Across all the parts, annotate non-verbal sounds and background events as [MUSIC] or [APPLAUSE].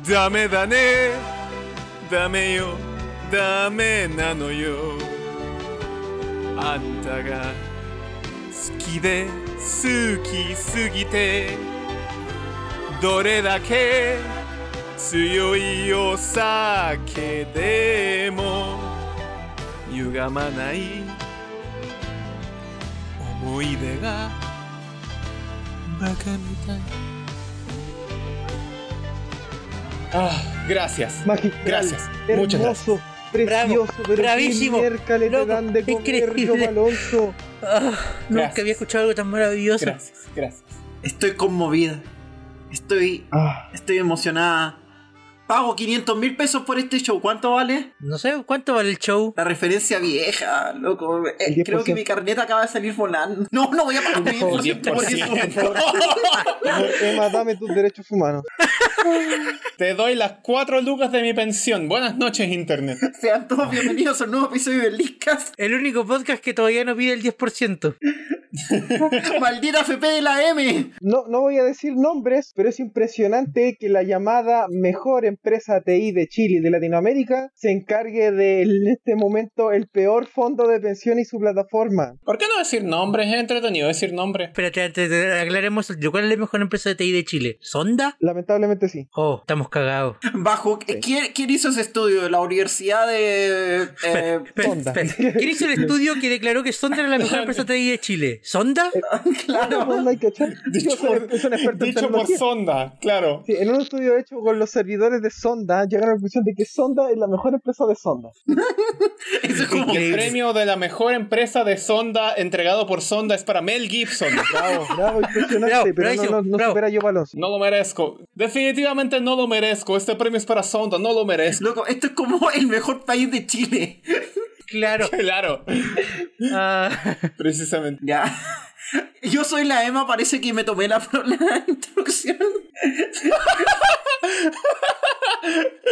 ダメだねダメよダメなのよあんたが好きで好きすぎてどれだけ強いお酒でも歪まない思い出がバカみたい Ah, gracias. Magistral, Gracias. Muchas hermoso, precioso, Bravo, pero bravísimo, qué miércoles te loco, dan de comer, increíble. Río Alonso. Ah, Gracias. nunca había escuchado algo tan maravilloso. Gracias, gracias. Estoy conmovida. Estoy, Ah, estoy emocionada. Pago 500 mil pesos por este show. ¿Cuánto vale? No sé cuánto vale el show. La referencia vieja, loco. Eh, El 10%. creo que mi carneta acaba de salir volando. No, no voy a pagar Por favor, 10% por eso. Ah, Emma, dame tus derechos humanos. Te doy las cuatro lucas de mi pensión. Buenas noches, Internet. Sean todos bienvenidos a un nuevo episodio [LAUGHS] de Liscas. El único podcast que todavía no pide el [LAUGHS] 10%. Maldita FP de la M. No, no voy a decir nombres, pero es impresionante que la llamada mejor empresa TI de Chile y de Latinoamérica se encargue de en este momento el peor fondo de pensión y su plataforma. ¿Por qué no decir nombres? Es entretenido decir nombres. Espérate, antes de aclaremos de cuál es la mejor empresa de TI de Chile. ¿Sonda? Lamentablemente sí. Oh, estamos cagados. Bajo, eh, ¿quién, quién hizo ese estudio? ¿La universidad de. eh, Espera, Sonda. espera. ¿Quién hizo [LAUGHS] el estudio que declaró que Sonda era la mejor empresa de TI de Chile? ¿Sonda? No, no, no hay que echar. Yo [LAUGHS] Dicho soy- por, soy un experto en dicho por tecnología. sonda, claro. Sí, en un estudio hecho con los servidores de Sonda, llegaron a la conclusión de que Sonda es la mejor empresa de Sonda. eso es como- El Increíble. premio de la mejor empresa de sonda entregado por sonda es para Mel Gibson. [LAUGHS] Bravo, bravo, impresionante, Bravo, pero no, bravísimo, no, no bravo. supera yo Alonso. No lo merezco. Definitivamente no lo merezco. Este premio es para sonda, no lo merezco. [LAUGHS] Loco, esto es como el mejor país de Chile. [LAUGHS] Claro. Claro, Ah, precisamente. Ya. [LAUGHS] Yo soy la Emma, parece que me tomé la, [LAUGHS] la introducción.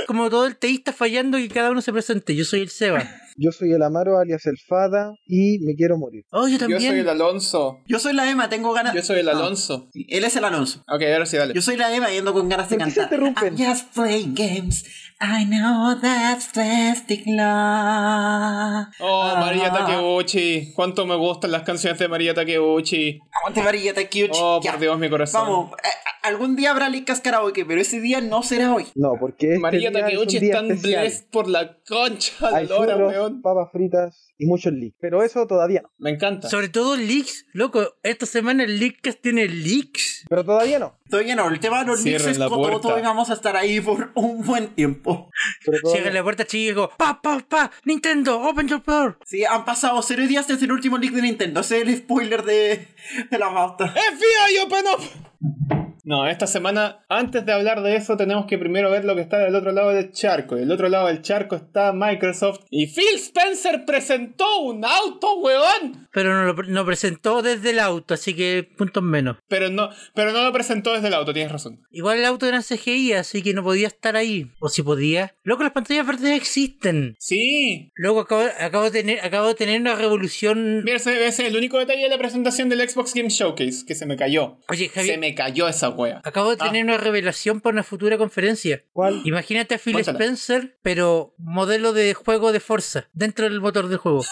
como todo el TI está fallando y cada uno se presente. Yo soy el Seba. Yo soy el Amaro alias el Fada y me quiero morir. Oh, yo Yo también. soy el Alonso. Yo soy la Emma, tengo ganas. Yo soy el Ah, Alonso. sí, él es el Alonso. Ok, ahora sí, dale. Yo soy la Emma yendo con ganas de ¿Por qué se cantar. interrumpen? I'm just playing games. I know that's plastic love. Oh, Ah. María Takeuchi. Cuánto me gustan las canciones de María Takeuchi. Aguante varilla, te cute. Oh, Ya. por Dios, mi corazón. Vamos, a- a- algún día habrá Licas Karaoke, pero ese día no será hoy. No, porque este día María es un Takeuchi día está tan especial. blessed por la concha de Hay Lora, churros, weón. papas fritas y muchos leaks. Pero eso todavía no. Me encanta. Sobre todo leaks, loco. Esta semana el Leakcast tiene leaks. Pero todavía no. Todavía no, el tema de los Cierren mixes es la como puerta. todavía vamos a estar ahí por un buen tiempo. Pero todavía Llega a no. la puerta chico, pa, pa, pa, Nintendo, open your door. Sí, han pasado cero días desde el último leak de Nintendo. Ese es el spoiler de, de la pauta. FBI, open up. No, esta semana, antes de hablar de eso, tenemos que primero ver lo que está del otro lado del charco. Y del otro lado del charco está Microsoft. Y Phil Spencer presentó un auto, weón. Pero no lo pre- no presentó desde el auto, así que puntos menos. Pero no, pero no lo presentó desde el auto, tienes razón. Igual el auto era CGI, así que no podía estar ahí. O si podía. Loco, las pantallas verdes existen. Sí. Loco, acabo, acabo de, tener, acabo de tener una revolución. Mira, ese ese es el único detalle de la presentación del Xbox Game Showcase, que se me cayó. Oye, Se Javier, me cayó esa wea. acabo de Ah. tener una revelación para una futura conferencia. ¿Cuál? Imagínate a Phil Cuéntala. Spencer, pero modelo de juego de Forza, dentro del motor del juego.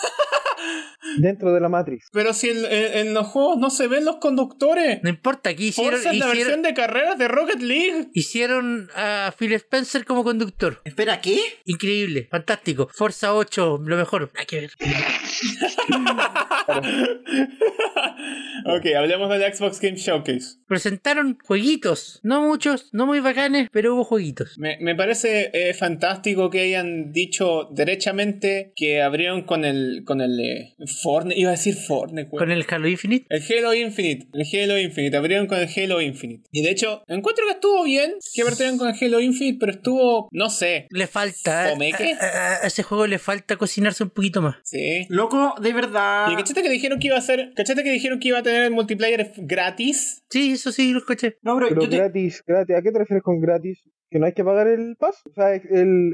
Dentro de la Matrix. Pero si en, en- en los juegos no se ven los conductores. No importa, aquí hicieron, Forza es la versión hicieron, de carreras de Rocket League. hicieron a Phil Spencer como conductor. Espera, ¿qué? Increíble, fantástico. Forza 8, lo mejor. Hay que ver. ok, hablemos del Xbox Game Showcase. Presentaron jueguitos, no muchos, no muy bacanes, pero hubo jueguitos. Me, me parece eh, fantástico que hayan dicho derechamente que abrieron con el. con el. eh, Fortnite. Iba a decir Fortnite, güey. Con el Halo Infinite. El Halo Infinite, el Halo Infinite, abrieron con el Halo Infinite. Y de hecho, encuentro que estuvo bien que partieron con el Halo Infinite, pero estuvo, no sé. Le falta. ¿Fomeque? A, a- a ese juego le falta cocinarse un poquito más. Sí. Loco, de verdad. Y cachate que dijeron que iba a ser. Cachate que dijeron que iba a tener el multiplayer f- gratis. Sí, eso sí, lo escuché. No, bro, Pero yo te- gratis, gratis. ¿A qué te refieres con gratis? que no hay que pagar el paso. O sea, el,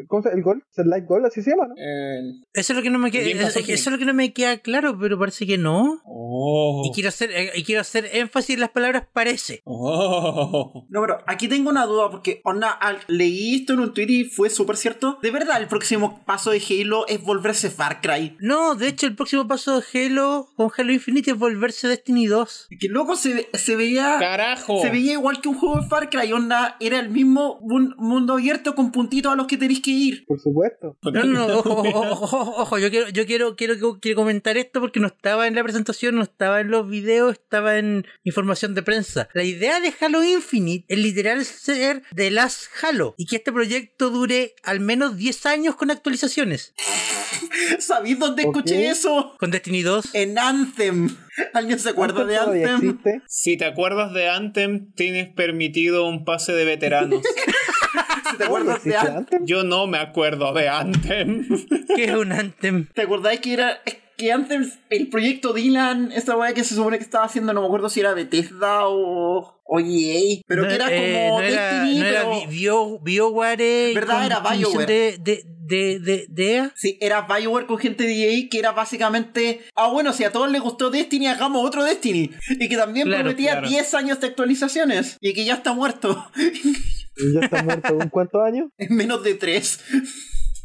¿cómo se llama? el gol, es el light goal, así se llama, ¿no? El- Eso es lo que no me queda, Game Pass es- es- Ultimate. eso es lo que no me queda claro, pero parece que no. Oh. Y quiero hacer, eh, y quiero hacer énfasis en las palabras parece. Oh. No, pero aquí tengo una duda porque onda, al- leí esto en un tweet y fue súper cierto. ¿De verdad el próximo paso de Halo es volverse Far Cry? No, de hecho el próximo paso de Halo con Halo Infinite es volverse Destiny 2. Que loco se, ve- se veía... Carajo. Se veía igual que un juego de Far Cry, onda, era el mismo mun- mundo abierto con puntitos a los que tenéis que ir. [LAUGHS] Por supuesto. No, no, no, ojo, ojo, ojo, ojo, ojo, yo quiero, yo quiero, quiero, quiero- quiero comentar esto porque no estaba en la presentación, no estaba en los videos, estaba en información de prensa. La idea de Halo Infinite es literal ser The Last Halo y que este proyecto dure al menos 10 años con actualizaciones. ¿Sabéis dónde Ok. escuché eso? Con Destiny 2. En Anthem. ¿Alguien se acuerda de ¿Todavía Anthem? existe? Si te acuerdas de Anthem, tienes permitido un pase de veteranos. ¿Se ¿Te ¿Todavía acuerdas de existe Anthem? Anthem? Yo no me acuerdo de Anthem. [LAUGHS] que es un Anthem. ¿Te acordáis que era es que antes el proyecto Dylan, esta weá que se supone que estaba haciendo, no me acuerdo si era Bethesda o, o EA, pero No, que era como eh, no era- Destiny, no era pero Bi- Bio- BioWare. y ¿Verdad? con Era comisión BioWare. De, de, de, de, de EA. sí, era BioWare con gente de EA que era básicamente, ah bueno, si a todos les gustó Destiny, hagamos otro Destiny y que también Claro, prometía claro. 10 años de actualizaciones y que ya está muerto [LAUGHS] ¿Ya está muerto un cuántos años? en menos de 3,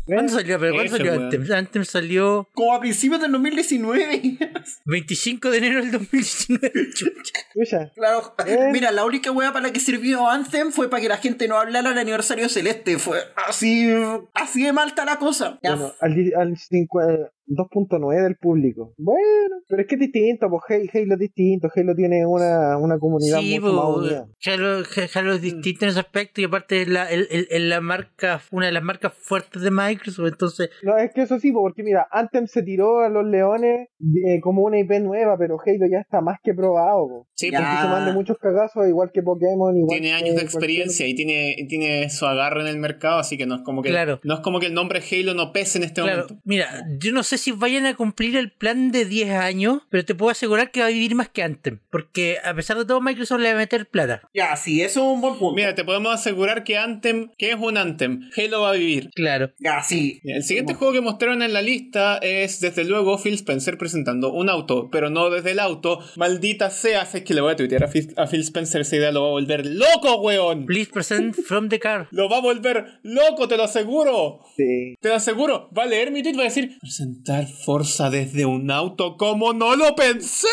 Eh, ¿Cuándo salió? Pero ¿cuándo Ese, salió weón. Anthem? Anthem salió como a principios del 2019. 25 de enero del 2019. [LAUGHS] Chucha. Escucha, Claro, Eh. mira, la única wea para la que sirvió Anthem fue para que la gente no hablara del aniversario celeste. Fue así, así de mal está la cosa. Ya. bueno, al, di- al cincu- eh, 2.9 del público. Bueno, pero es que es distinto, pues Halo- Halo es distinto, Halo tiene una, una comunidad Sí, mucho más Mm. po, eh. unida. Halo, Halo es distinto en ese aspecto y aparte es la, el- el- el- la marca, una de las marcas fuertes de Microsoft. Entonces, No, es que eso sí, po, porque mira, Anthem se tiró a los leones de- como una IP nueva, pero Halo ya está más que probado. po. Sí, Ya. porque Porque se manda muchos cagazos, igual que Pokémon, igual tiene que años de cualquier- experiencia y tiene, y tiene su agarre en el mercado, así que no es como que Claro. no es como que el nombre Halo no pese en este claro, momento. mira, yo no sé si vayan a cumplir el plan de 10 años, pero te puedo asegurar que va a vivir más que Anthem. Porque a pesar de todo, Microsoft le va a meter plata. Ya, sí, eso es un buen punto. Mira, te podemos asegurar que Anthem, que es un Anthem, Halo va a vivir. Claro. Ya, sí. El siguiente juego que mostraron en la lista es, desde luego, Phil Spencer presentando un auto, pero no desde el auto. Maldita sea, si es que le voy a tuitear a Phil, a Phil Spencer, esa idea lo va a volver loco, weón. Please [LAUGHS] present from the car. Lo va a volver loco, te lo aseguro. Sí. Te lo aseguro. Va a leer mi tweet, va a decir, presentar Forza desde un auto, como no lo pensé.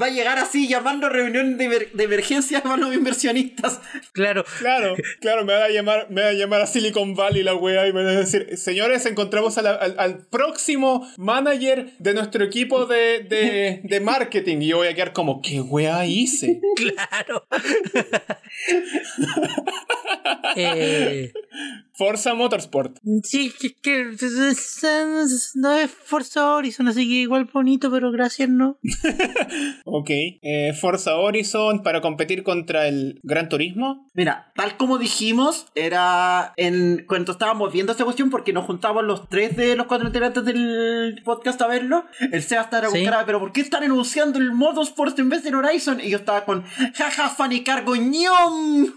Va a llegar así llamando a reunión de, emer- de emergencia para los inversionistas. Claro. Claro, claro, me va a llamar, me va a llamar a Silicon Valley la weá y me va a decir, señores, encontramos a la- al, al próximo manager de nuestro equipo de, de, de marketing. Y yo voy a quedar como, ¿qué weá hice? Claro. Eh, Forza Motorsport. sí, que, que- no es Forza Horizon, así que igual bonito, pero gracias no. Ok. Eh, Forza Horizon para competir contra el Gran Turismo. Mira, tal como dijimos, era en cuando estábamos viendo esta cuestión, porque nos juntábamos los tres de los cuatro integrantes del podcast a verlo. El Seba estaba Sí. con cara, pero ¿por qué están anunciando el Motorsport en vez del Horizon? Y yo estaba con jaja, Fanny Cargoñón.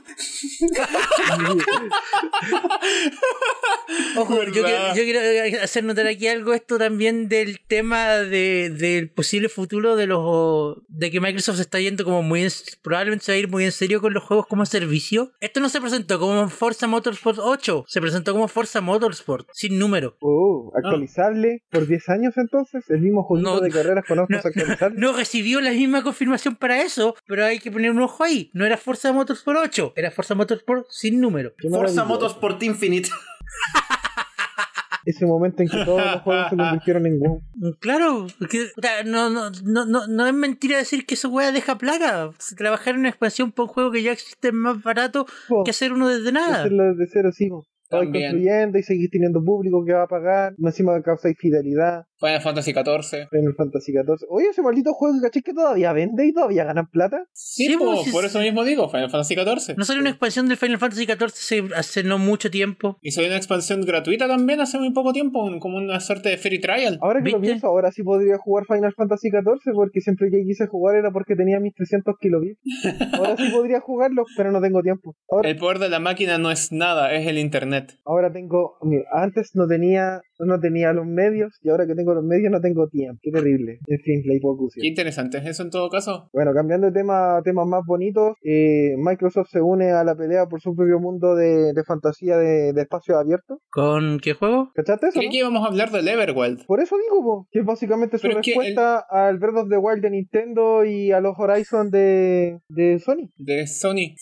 Ojo, yo quiero, ¿Verdad? yo quiero hacer notar aquí algo esto también del tema de, del posible futuro de los de que Microsoft se está yendo como muy en- probablemente se va a ir muy en serio con los juegos como servicio. Esto no se presentó como Forza Motorsport 8, se presentó como Forza Motorsport sin número. Oh, actualizable por 10 años entonces, el mismo juguito No, de carreras con autos no, actualizables. No recibió la misma confirmación para eso, pero hay que poner un ojo ahí. No era Forza Motorsport 8, era Forza Motorsport sin número. Qué Forza maravilloso. Motorsport Infinite. [LAUGHS] Ese momento en que todos los juegos se convirtieron en WoW. Mm, Claro, porque, puta, no, no, no, no, no es mentira decir que esa weá deja plata. Trabajar en una expansión para un juego que ya existe es más barato Po, que hacer uno desde nada. Hacerlo desde cero, sí. po. Vais También. construyendo y seguís teniendo público que va a pagar. Más Encima causa infidelidad. Final Fantasy XIV. Final Fantasy XIV. Oye, ese maldito juego, ¿cachai que todavía vende y todavía ganan plata? Sí, Sí, po, pues, sí, por sí. eso mismo digo, Final Fantasy XIV. ¿No salió una expansión del Final Fantasy XIV hace, hace no mucho tiempo? Y salió una expansión gratuita también hace muy poco tiempo, un- como una suerte de free trial. Ahora que lo ¿Viste? pienso, ahora sí podría jugar Final Fantasy XIV porque siempre que quise jugar era porque tenía mis 300 kilobits. Ahora sí podría jugarlo, pero no tengo tiempo. Ahora, El poder de la máquina no es nada, es el internet. ahora tengo... mira, antes no tenía no tenía los medios y ahora que tengo los medios no tengo tiempo. Qué terrible. En fin, la hipocresía. Qué interesante es eso en todo caso. Bueno, cambiando de tema a temas más bonitos, eh, Microsoft se une a la pelea por su propio mundo de, de fantasía de, de espacios abiertos. ¿Con qué juego? ¿Cachaste eso? Creí no? que íbamos a hablar del Everwild. Por eso digo, po, que es básicamente su Pero es que respuesta al Breath of the Wild de Nintendo y a los Horizon de, de Sony. De Sony.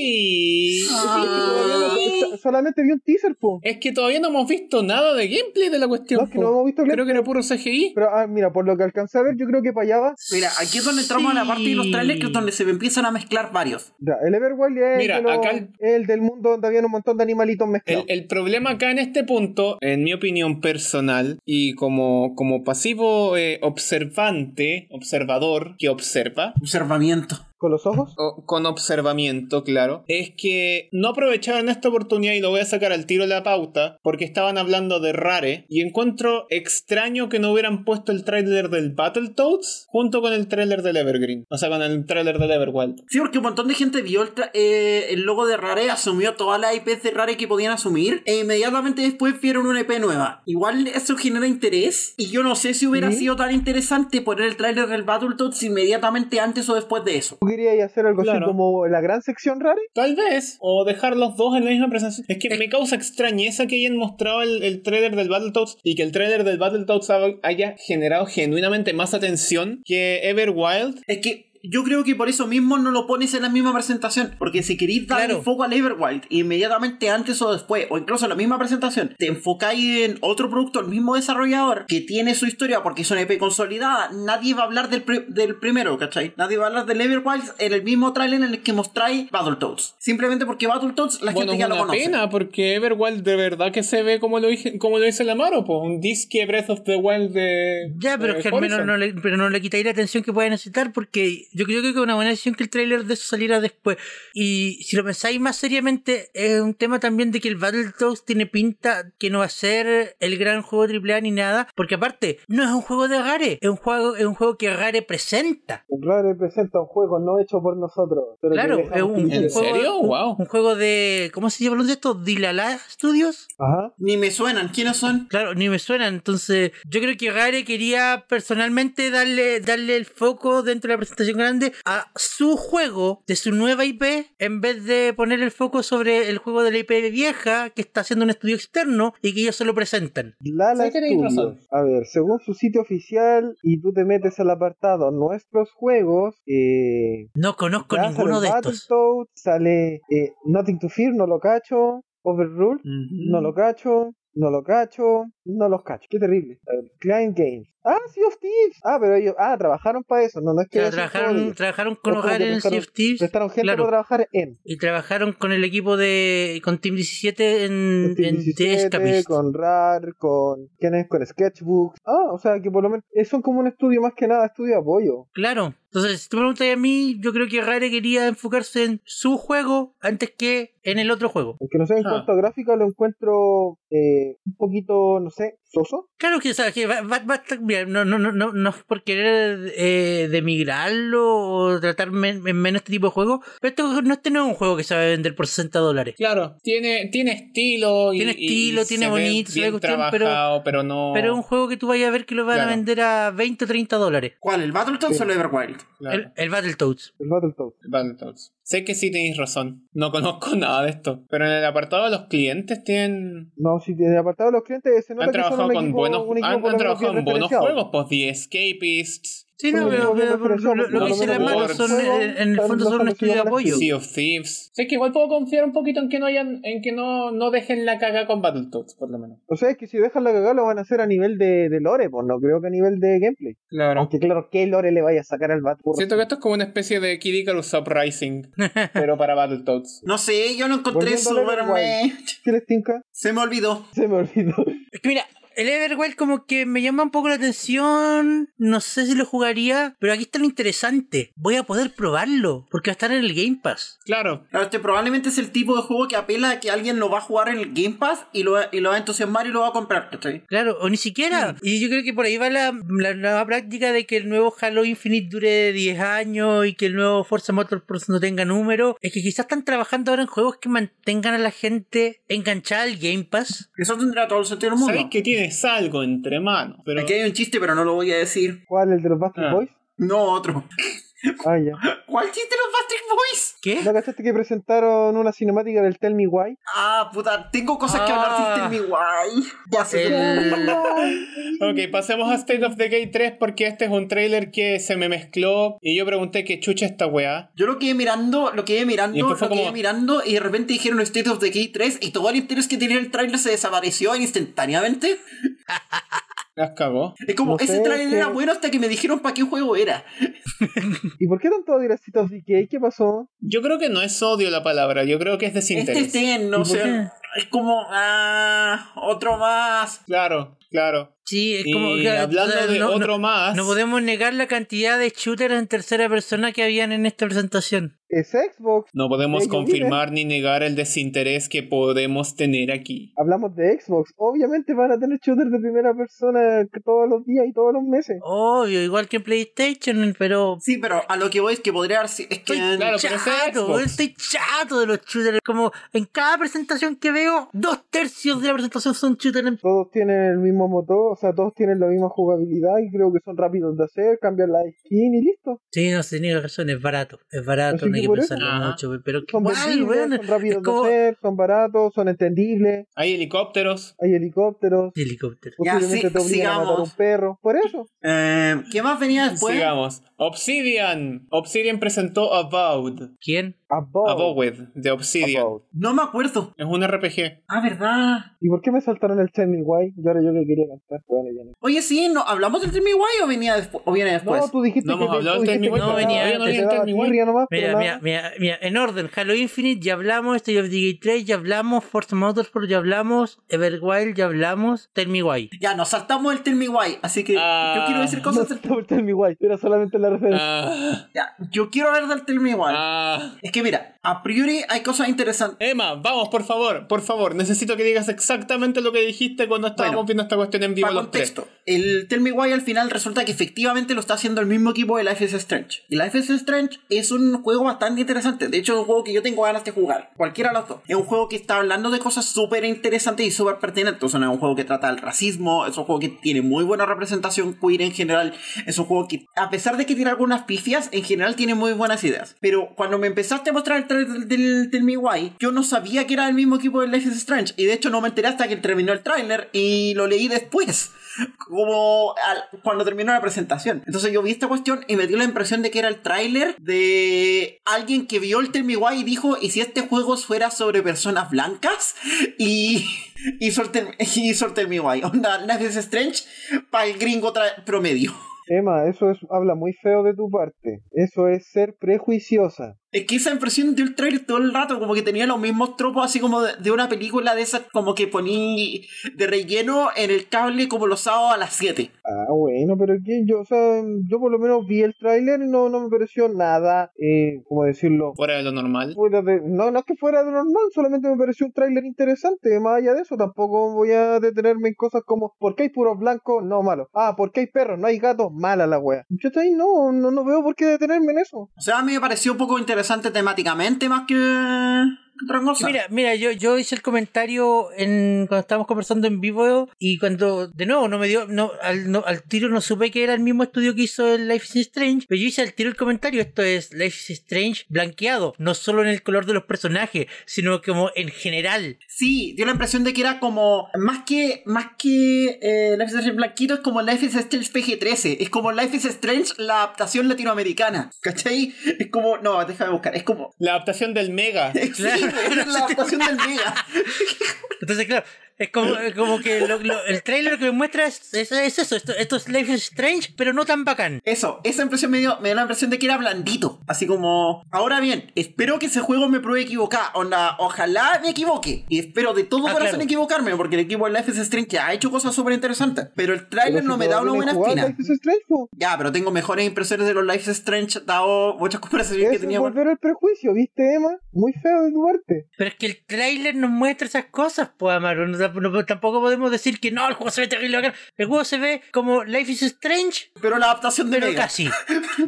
Sí. Todavía no- so- solamente vi un teaser, po. Es que todavía no hemos visto nada de gameplay de la No, cuestión. es que no po. hemos visto Creo gameplay. que era puro CGI. Pero ah, mira, por lo que alcancé a ver, yo creo que para allá va. Mira, aquí es donde entramos a la parte de los trailers, que es donde se empiezan a mezclar varios. Ya, el Everwild es Mira, el, de los- acá el- el del mundo donde había un montón de animalitos El, mezclados. el problema acá en este punto, en mi opinión personal y como, como pasivo eh, observante, observador que observa, Observamiento. Con los ojos. o- con observamiento, claro, es que no aprovecharon esta oportunidad y lo voy a sacar al tiro de la pauta porque estaban hablando de Rare y encuentro extraño que no hubieran puesto el tráiler del Battletoads junto con el tráiler del Evergreen, o sea, con el tráiler del Everwild. Sí, porque un montón de gente vio el, tra- eh, el logo de Rare, asumió todas las IPs de Rare que podían asumir, e inmediatamente después vieron una IP nueva. Igual eso genera interés, y yo no sé si hubiera ¿Sí? sido tan interesante poner el tráiler del Battletoads inmediatamente antes o después de eso. ¿Tú querías hacer algo así Claro. como la gran sección rara? Tal vez, o dejar los dos en la misma presentación. Es que me causa extrañeza que hayan mostrado el, el trailer del Battletoads y que el trailer del Battletoads ha- haya generado genuinamente más atención que Everwild. Es que yo creo que por eso mismo no lo pones en la misma presentación. Porque si queréis darle Claro. foco al Everwild inmediatamente antes o después, o incluso en la misma presentación, te enfocáis en otro producto, el mismo desarrollador, que tiene su historia porque es una EP consolidada, nadie va a hablar del, pri- del primero, ¿cachai? Nadie va a hablar del Everwild en el mismo trailer en el que mostráis Battletoads. Simplemente porque Battletoads la bueno, gente ya es lo una conoce. pena, porque Everwild de verdad que se ve como lo, dije- como lo dice la Maro, po, un disque Breath of the Wild de. Ya, pero de es que al menos Horizon. no le, pero no le quitáis la atención que pueda necesitar porque yo creo que es una buena decisión que el tráiler de eso saliera después. Y si lo pensáis más seriamente, es un tema también de que el Battletoads tiene pinta que no va a ser el gran juego AAA ni nada, porque aparte, no es un juego de Rare, es un juego, es un juego que Rare presenta. Rare presenta un juego no hecho por nosotros. Pero que Claro, dejamos es un, que ¿En un existe. juego, serio? un- Wow. un juego de, ¿cómo se llama de esto? Dilala Studios. Ajá. Ni me suenan. ¿Quiénes son? Claro, ni me suena. Entonces, yo creo que Rare quería personalmente darle, darle el foco dentro de la presentación grande a su juego de su nueva IP en vez de poner el foco sobre el juego de la IP vieja que está haciendo un estudio externo y que ellos se lo presentan. Lala Sí, tenéis Studios. razón. A ver, según su sitio oficial, y tú te metes al apartado Nuestros Juegos, eh, No conozco ya ninguno sale de estos. Battletoads, sale eh, Nothing to Fear, no lo cacho, Overruled, no lo cacho, no lo cacho, no los cacho. Qué terrible. A ver, Client Games. Ah, Sea of Thieves. Ah, pero ellos, ah, trabajaron para eso. No, no es que... O sea, haya sido juego de trabajaron, ellos. trabajaron Es con como que Rare en Sea prestaron- of Thieves Prestaron gente claro. para trabajar en. y trabajaron con el equipo de. con Team 17 en, Team en The 17, Escapist. con RAR, con ¿quién es? con Sketchbook. Ah, o sea que por lo menos eh, son como un estudio más que nada, estudio de apoyo. Claro. Entonces, si tú me preguntas a mí, yo creo que Rare quería enfocarse en su juego antes que en el otro juego. Aunque no sé en Ah. cuanto a gráfica lo encuentro eh, un poquito, no sé, soso. Claro que, sabes que va- va- va a estar- mira, no, no, no, no, no es por querer eh, demigrarlo o tratar men- en menos este tipo de juegos, pero esto, no, este no es un juego que se va a vender por 60 dólares. Claro, tiene, tiene estilo. y- Tiene y- estilo, y tiene se ve bonito, se ve bien cuestión, pero- trabajado, pero no. Pero es un juego que tú vayas a ver que lo van Claro. a vender a 20 o 30 dólares. ¿Cuál? ¿El Battletoads Sí. o el Everwild? claro. El, el Battletoads. El Battletoads. Battletoads. Sé que sí tenéis razón. No conozco [LAUGHS] nada de esto. Pero en el apartado de los clientes tienen. No, si desde el apartado de los clientes se nota Han que son trabajado un con equipo, buenos. un equipo Han, por lo han menos trabajado bien en buenos referenciado. juegos, pues The Escapists, Sí, no, Sí, pero, bien pero- referenciado, lo, lo por que lo dice la menos mano por son, eh, juego, en en el son fondo son un bastante estudio de apoyo. Sea of Thieves. Sé que igual puedo confiar un poquito en que no hayan, en que no, no dejen la caga con Battletoads, por lo menos. O sea, es que si dejan la cagada lo van a hacer a nivel de, de lore, pues no creo que a nivel de gameplay. Claro. Aunque claro, ¿qué lore le vaya a sacar al Battletoads? Siento que esto es como una especie de Kid Icarus [LAUGHS] Uprising, pero para Battletoads. No sé, yo lo encontré Volviendo al súper Everwild. meh. ¿Qué les tinca? Se me olvidó. Se me olvidó. Es que mira, el Everwild como que me llama un poco la atención. No sé si lo jugaría, pero aquí está lo interesante. Voy a poder probarlo porque va a estar en el Game Pass. Claro. Claro, Este probablemente es el tipo de juego que apela a que alguien lo va a jugar en el Game Pass y lo, va- y lo va a entusiasmar y lo va a comprar, ¿cachai? Claro, o ni siquiera. Y yo creo que por ahí va la, la nueva práctica de que el nuevo Halo Infinite dure 10 años y que el nuevo Forza Motorsport no tenga número. Es que quizás están trabajando ahora en juegos que mantengan a la gente enganchada al Game Pass. Eso tendrá todo el sentido del Sabes mundo. que tienes algo entre manos, pero Aquí hay un chiste, pero no lo voy a decir. ¿Cuál? ¿El de los Bastard Ah. Boys? No, otro. Ah, ya. ¿Cuál chiste de los Bastard Boys? ¿Qué? ¿No cachaste que presentaron una cinemática del Tell Me Why? Ah, puta, tengo cosas que Ah. hablar de mi guay. Ya sé. El- Ok, pasemos a State of the Gate 3 porque este es un trailer que se me mezcló y yo pregunté qué chucha esta weá. Yo lo quedé mirando, lo quedé mirando, Y lo después quedé fue como- mirando y de repente dijeron State of the Gate 3 y todo el interés que tenía el tráiler se desapareció instantáneamente. Las cagó. Es como, No ese sé, tráiler que- era bueno hasta que me dijeron para qué juego era. ¿Y por qué tanto Diracito of Decay? ¿Qué pasó? Yo creo que no es odio la palabra, yo creo que es Este desinterés. es Ten, no ¿Y por sé. Es como, ah, otro más. Claro, claro. Sí, es Y como que- hablando o sea, de no- no- otro más, No podemos negar la cantidad de shooters en tercera persona que habían en esta presentación. Es Xbox. no podemos Ellos confirmar ni negar el desinterés que podemos tener aquí. Hablamos de Xbox. Obviamente van a tener shooters de primera persona que todos los días y todos los meses. Obvio, igual que en PlayStation, pero. Sí, pero a lo que voy es que podría haber si- es que Estoy eh, claro, pero ese es chato, Xbox. weón, estoy chato de los shooters. Como en cada presentación que veo, dos tercios de la presentación son shooters. en- Todos tienen el mismo motor, o sea, todos tienen la misma jugabilidad y creo que son rápidos de hacer, cambian la skin y listo. Sí, no sé, ni la razón, es barato. Es barato, Así no hay que que por pensarlo eso- mucho, weón, pero Son igual, vendibles, weón, son es rápidos como de hacer, son baratos, son entendibles, Hay helicópteros. hay helicópteros, helicóptero. Ya, posiblemente sí, te obligan a matar sigamos. un perro. Por eso, Eh, ¿Qué más venía después? Sigamos. Obsidian. Obsidian presentó Avowed. ¿Quién? above. Avowed, de Obsidian. Above. No me acuerdo. Es un RPG. Ah, ¿verdad? ¿Y por qué me saltaron el Timing Guy? Yo ahora yo que quería cantar. Bueno, ya no. Oye, sí, no, ¿hablamos del Timmy Guay o, venía despu- o viene después? No, pues. tú dijiste No que hemos tú hablado del dijiste Tell que Me Why, pero te todavía daba- no te viene el daba Tell Me Why. tirria nomás, pero Mira, nada mira, más. mira, mira, en orden, Halo Infinite ya hablamos, State of Decay 3 ya hablamos, Forza Motorsport ya hablamos, Everwild ya hablamos, Tell Me Why. Ya, nos saltamos el Tell Me Why, así que Ah. yo quiero decir No cosas del... estaba el Tell Me Why, era solamente la referencia. Ah, Ya, yo quiero hablar del Tell Me Why. ah. Es que mira, a priori hay cosas interesantes. Emma, vamos, por favor, por favor. Necesito que digas exactamente lo que dijiste cuando estábamos Bueno, viendo esta cuestión en vivo Para los tres. contexto, el Tell Me Why al final resulta que efectivamente lo está haciendo el mismo equipo de Life is Strange. Y Life is Strange es un juego bastante interesante. De hecho, es un juego que yo tengo ganas de jugar. Cualquiera de los dos. Es un juego que está hablando de cosas súper interesantes y súper pertinentes. O sea, es un juego que trata el racismo. Es un juego que tiene muy buena representación queer en general. Es un juego que, a pesar de que tiene algunas pifias, en general tiene muy buenas ideas. Pero cuando me empezaste a mostrar el trailer del, del, del MIUI, yo no sabía que era el mismo equipo de Life is Strange. Y de hecho no me enteré hasta que terminó el trailer y lo leí después. Como al- cuando terminó la presentación. Entonces yo vi esta cuestión y me dio la impresión de que era el tráiler de alguien que vio el Tell Me Why y dijo, ¿y si este juego fuera sobre personas blancas? Y hizo el Tell, hizo el Tell Me Why. Onda, Life is Strange para el gringo tra- promedio. Emma, eso es, habla muy feo de tu parte. Eso es ser prejuiciosa. Es que esa impresión dio el trailer todo el rato, como que tenía los mismos tropos, así como de, de una película de esas, como que poní de relleno en el cable como los sábados a las 7. Ah, bueno, pero que yo, o sea, yo por lo menos vi el tráiler y no, no me pareció nada, eh, ¿cómo decirlo? Fuera de lo normal. Fuera de, no, no es que fuera de normal, solamente me pareció un tráiler interesante. Más allá de eso, tampoco voy a detenerme en cosas como ¿por qué hay puros blancos? No, malo. Ah, ¿por qué hay perros? No hay gatos, mala la wea. Yo hasta ahí no, no, no veo por qué detenerme en eso. O sea, a mí me pareció un poco interesante temáticamente más que que otra cosa. Mira, mira, yo, yo hice el comentario en cuando estábamos conversando en vivo y cuando de nuevo no me dio, no al, no- al tiro no supe que era el mismo estudio que hizo el Life is Strange, pero yo hice al tiro el comentario, esto es Life is Strange blanqueado, no solo en el color de los personajes, sino como en general. Sí, dio la impresión de que era como, más que, más que eh, Life is Strange Blanquito, es como Life is Strange PG-13. Es como Life is Strange, la adaptación latinoamericana. ¿Cachai? Es como, [LAUGHS] no, déjame buscar, es como... La adaptación del Mega. Sí, Claro. es la adaptación del Mega. Entonces, claro, es como, es como que lo- lo- el trailer que me muestra es, es- es eso. Esto, esto es Life is Strange, pero no tan bacán. Eso, esa impresión me dio, me dio la impresión de que era blandito. Así como, ahora bien, espero que ese juego me pruebe equivocar. Onda, ojalá me equivoque. Y espero de todo Ah, corazón claro. equivocarme, porque el equipo de Life is Strange ya ha hecho cosas súper interesantes. Pero el Pero trailer si no me da todavía una no he buena jugado espina. Life is Strange, pues, po. Ya, pero tengo mejores impresiones de los Life is Strange, dado muchas conversaciones que Eso es teníamos. volver al prejuicio, ¿viste, Emma? Muy feo de tu parte. Pero es que el trailer nos muestra esas cosas, pues, Amaro. No- no- tampoco podemos decir que no, el juego se ve terrible bacán. El juego se ve como Life is Strange, Pero la adaptación de pero Mega. casi.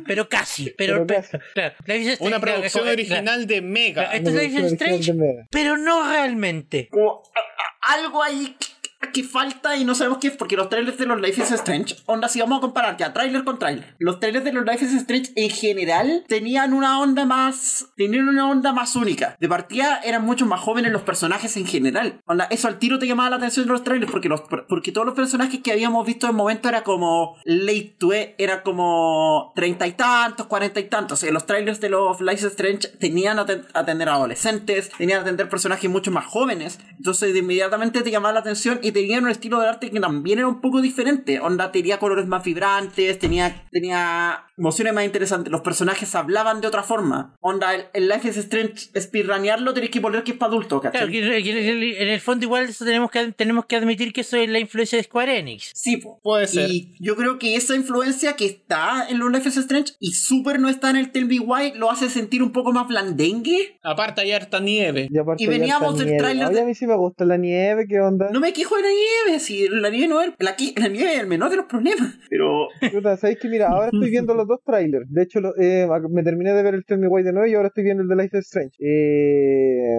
Pero casi. Pero, Pero casi. claro, Life is Strange, Una claro, es como- producción eh, original de Mega. claro, esto es Life is Strange, pero no realmente. Como a- a- algo ahí que- que falta y no sabemos qué es, porque los trailers de los Life is Strange, onda, si vamos a comparar ya trailer con trailer, los trailers de los Life is Strange en general tenían una onda más, tenían una onda más única. De partida eran mucho más jóvenes los personajes en general. Onda, eso al tiro te llamaba la atención de los trailers, porque, los, porque todos los personajes que habíamos visto en momento era como late to era como treinta y tantos, cuarenta y tantos. O sea, los trailers de los Life is Strange tenían a ten- a tener adolescentes, tenían a atender personajes mucho más jóvenes. Entonces, de inmediatamente te llamaba la atención y tenían un estilo de arte que también era un poco diferente. Onda, tenía colores más vibrantes, tenía, tenía emociones más interesantes. Los personajes hablaban de otra forma. Onda, el, el Life is Strange, speedrunearlo, tenés que poner que es para adultos, Claro, ¿cachai? que- que- en el fondo igual eso tenemos que, tenemos que admitir que eso es la influencia de Square Enix. Sí, po. Puede ser. Y yo creo que esa influencia que está en los Life is Strange y súper no está en el Tell Me Why lo hace sentir un poco más blandengue. Aparte hay harta nieve. Y veníamos del tráiler de- Oye, a mí sí me gusta la nieve, ¿qué onda? No me quejo de la nieve, si la nieve no es la, qui- la nieve es el menor de los problemas. Pero Puta, ¿sabéis que mira, ahora estoy viendo los dos trailers. De hecho, lo- eh, me terminé de ver el Tell Me Why de nuevo y ahora estoy viendo el de Life is Strange. Eh,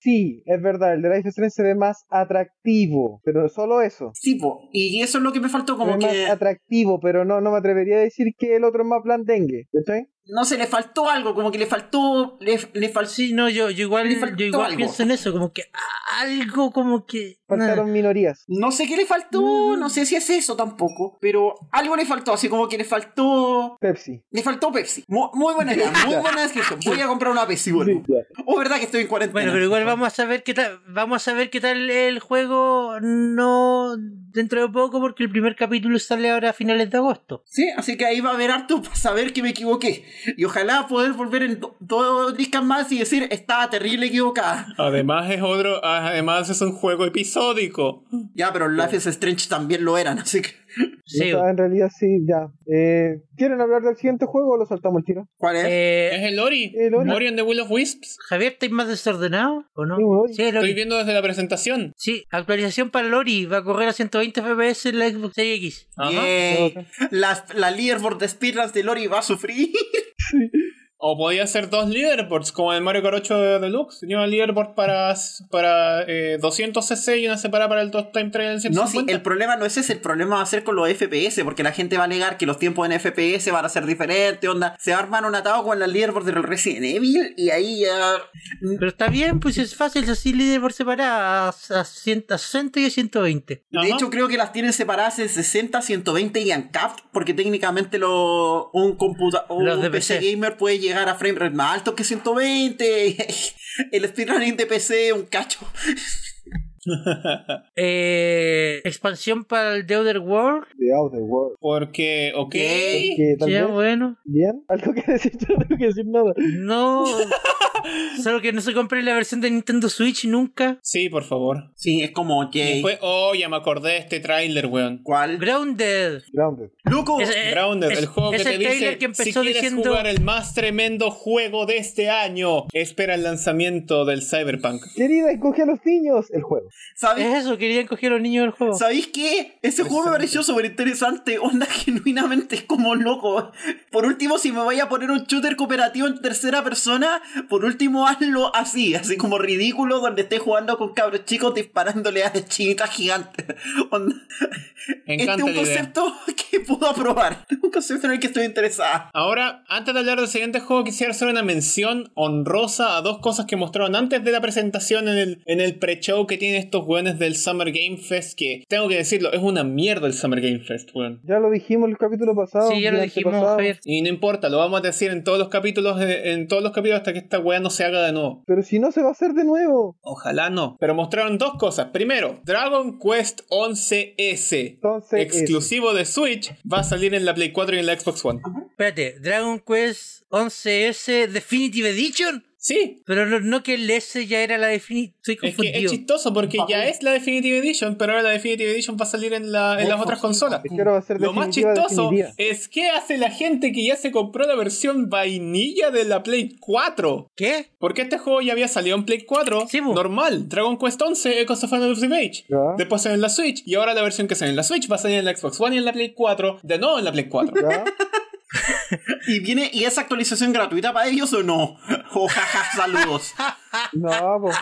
sí, es verdad, el de Life is Strange se ve más atractivo, pero solo eso. sí, po. Y eso es lo que me faltó, como es más que atractivo, pero no, no me atrevería a decir que el otro es más blandengue. ¿Cachai? no sé, le faltó algo, como que le faltó, le, le faltó. Sí, no, yo, yo igual, Le faltó yo igual algo. pienso en eso, como que a- algo como que... Faltaron minorías. No sé qué le faltó, Mm. no sé si es eso tampoco, pero algo le faltó, así como que le faltó, Pepsi. le faltó Pepsi. Mu- Muy, buena [LAUGHS] idea, muy buena descripción. Voy a comprar una Pepsi, bueno. Sí, ya. Oh, verdad que estoy en cuarentena. Bueno, pero igual vamos a saber qué tal, vamos a ver qué tal el juego no dentro de poco porque el primer capítulo sale ahora a finales de agosto. Sí, así que ahí va a haber harto [LAUGHS] para saber que me equivoqué. Y ojalá poder volver en do- dos discas más y decir, estaba terrible equivocada. Además es otro, además es un juego episódico. Ya, pero Life is Strange también lo eran, así que... Sí. Ah, en realidad sí, ya. Eh, ¿Quieren hablar del siguiente juego o lo saltamos el tiro? ¿Cuál es? Eh, Es el Ori. El Ori. Ori and the Will of Wisps. Javier, ¿estáis más desordenado o no? Sí, voy. Sí, lo Estoy que- viendo desde la presentación. sí, actualización para Lori, va a correr a 120 FPS en la Xbox Series X. Ajá. Yay. Las- la leaderboard de Speedruns de Lori va a sufrir. O podía ser dos leaderboards, como el Mario Kart 8 Deluxe. Tenía un leaderboard para, para eh, 200cc y una separada para el Top Time Trial en No, sí, 150. el problema no es ese, el problema va a ser con los FPS, porque la gente va a negar que los tiempos en FPS van a ser diferentes, onda. Se va a armar un atado con la leaderboard del Resident Evil y ahí ya... Pero está bien, pues es fácil, así líder por separada, a, a 100 a 60 y a 120. De Ajá. hecho, creo que las tienen separadas en 60, 120 y ANCAP, porque técnicamente lo, un, computa, un Los de PC, PC. gamer puede llegar a frame rate más alto que 120. [LAUGHS] El speedrunning de PC, un cacho. [LAUGHS] Eh, expansión para el The Other World, The Outer World. Porque, ok. ¿Qué? Que tal ya vez- bueno. Bien. Algo que decir, [LAUGHS] yo no tengo que decir nada. No. Solo que no se compre la versión de Nintendo Switch nunca. Sí, por favor. Sí, es como, Y Pues, que después, oh, ya me acordé de este tráiler, weón. ¿Cuál? Grounded. Grounded. ¡Loco! Es- eh, Grounded, es- el juego es que te el dice trailer que si empezó quieres diciendo jugar el más tremendo juego de este año, espera el lanzamiento del Cyberpunk. Querida, encoge a los niños. El juego. ¿Sabéis? Es eso, querían coger a los niños del juego. ¿Sabéis qué? Ese juego me pareció súper interesante. Onda, [LAUGHS] genuinamente es como loco. Por último, si me voy a poner un shooter cooperativo en tercera persona, por último hazlo así, así como ridículo, donde estés jugando con cabros chicos disparándole a chinitas gigantes. [LAUGHS] Onda, este Me es encanta un la idea. concepto [LAUGHS] que puedo aprobar. Un concepto en el que estoy interesada. Ahora, antes de hablar del siguiente juego, quisiera hacer una mención honrosa a dos cosas que mostraron antes de la presentación en el, en el pre-show que tiene estos weones del Summer Game Fest que, tengo que decirlo, es una mierda el Summer Game Fest, weón. Ya lo dijimos el capítulo pasado. Sí, ya lo el dijimos, antepasado. Javier. Y no importa, lo vamos a decir en todos los capítulos, eh, en todos los capítulos hasta que esta weá no se haga de nuevo. Pero si no se va a hacer de nuevo. Ojalá no. Pero mostraron dos cosas. Primero, Dragon Quest 11S, Entonces, exclusivo de Switch, va a salir en la Play 4 y en la Xbox One. Espérate, Dragon Quest 11S Definitive Edition. Sí, Pero no, no que el S ya era la definitiva. Estoy es que es confundido. chistoso porque ya es la Definitive Edition, pero ahora la Definitive Edition va a salir en, la- en las otras consolas. es que ahora eh, va a ser Lo más definitiva, chistoso definitiva. es que hace la gente que ya se compró la versión vainilla de la Play 4. ¿Qué? Porque este juego ya había salido en Play 4, Sí, bu. normal, Dragon Quest 11, Echoes of Another Age. Ya. Después salió en la Switch, y ahora la versión que sale en la Switch va a salir en la Xbox One y en la Play 4, de nuevo en la Play [LAUGHS] 4. ¿Ya? ¿Y viene y es actualización gratuita para ellos o no? [LAUGHS] Ojaja, saludos. No, [LAUGHS] pues.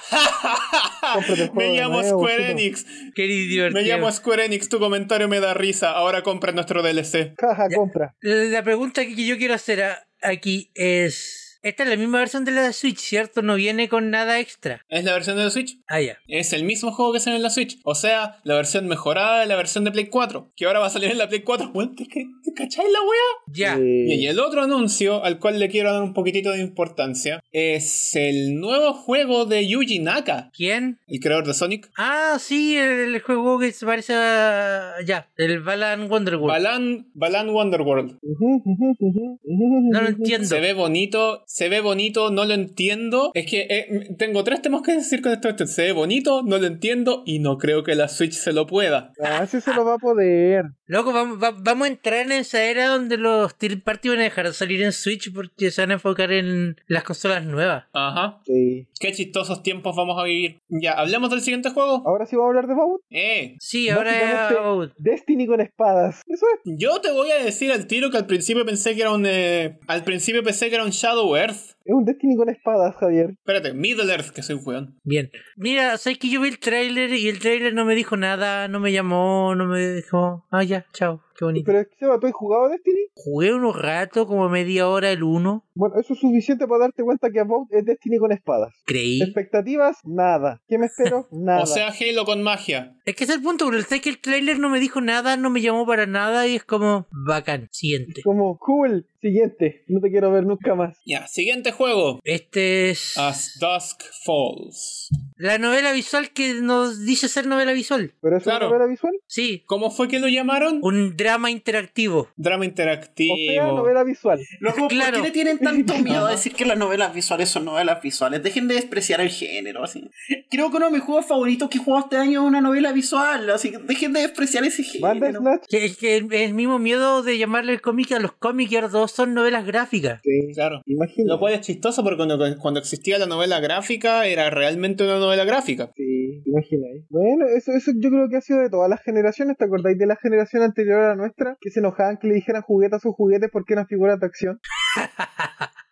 Cómprate el juego [LAUGHS] Me de llamo nuevo, Square chico. Enix, Qué me divertido. llamo Square Enix, tu comentario me da risa, ahora compra nuestro DLC. Caja, Ya. compra. La pregunta que yo quiero hacer a- aquí es... Esta es la misma versión de la de Switch, ¿cierto? No viene con nada extra. ¿Es la versión de la Switch? Ah, ya. Es el mismo juego que sale en la Switch. O sea, la versión mejorada de la versión de Play 4. Que ahora va a salir en la Play 4. Weón, ¿Te, ca- te cacháis la wea? Ya. Y Eh, y el otro anuncio, al cual le quiero dar un poquitito de importancia, es el nuevo juego de Yuji Naka, ¿Quién? el creador de Sonic. Ah, sí, el, el juego que se parece a... Ya, el Balan Wonderworld. Balan, Balan Wonderworld. ujú, ujú, ujú, ujú, No lo ujú. entiendo. Se ve bonito, se ve bonito, no lo entiendo. Es que eh, m- tengo tres temas que decir con esto. este, Se ve bonito, no lo entiendo y no creo que la Switch se lo pueda. Ah, sí se lo va a poder. Loco, vamos, va- vamos a entrar en esa era donde los third party van a dejar de salir en Switch porque se van a enfocar en las consolas nuevas. Ajá. Sí. Qué chistosos tiempos vamos a vivir. Ya, hablemos del siguiente juego. Ahora sí vamos a hablar de Baut. Eh, Sí, ahora... Básicamente- oh, Destiny con espadas. Eso es. yo te voy a decir al tiro que al principio pensé que era un. eh, al principio pensé que era un Shadow Earth. Es un Destiny con espadas, Javier. Espérate, Middle Earth, que soy un weón. Bien. Mira, sabes que yo vi el tráiler y el tráiler no me dijo nada, no me llamó, no me dijo... Ah, ya, chao, qué bonito. Pero es que, Seba, ¿tú has jugado Destiny? Jugué unos ratos, como media hora el 1, Bueno, eso es suficiente para darte cuenta que About es Destiny con espadas. creí. Expectativas, nada. ¿Qué me espero? Nada. [LAUGHS] O sea, Halo con magia. Es que es el punto, pero sabes que el tráiler no me dijo nada, no me llamó para nada y es como... Bacán, siguiente. como, cool, siguiente, no te quiero ver nunca más. Ya, siguiente juego. Este es... Ah, As Dusk Falls. La novela visual que nos dice ser novela visual. ¿Pero eso Claro. es novela visual? Sí, ¿Cómo fue que lo llamaron? un drama interactivo. Drama interactivo. O sea, novela visual. Loco, ¿por Claro. qué le tienen [LAUGHS] tanto miedo a decir que las novelas visuales son novelas visuales? Dejen de despreciar el género, así. Creo que uno de mis juegos favoritos que he jugado este año es una novela visual, así que dejen de despreciar ese Manda género. Snatch. Que, que el, el mismo miedo de llamarle el cómic a los cómics y ahora todos son novelas gráficas. Sí, Claro. imagínate. Lo cual es chistoso porque cuando, cuando existía la novela gráfica era realmente una novela gráfica. Sí, te imagináis. Bueno, eso, eso yo creo que ha sido de todas las generaciones. ¿Te acordáis de la generación anterior a la nuestra? Que se enojaban que le dijeran juguetas o juguetes porque eran figuras de acción.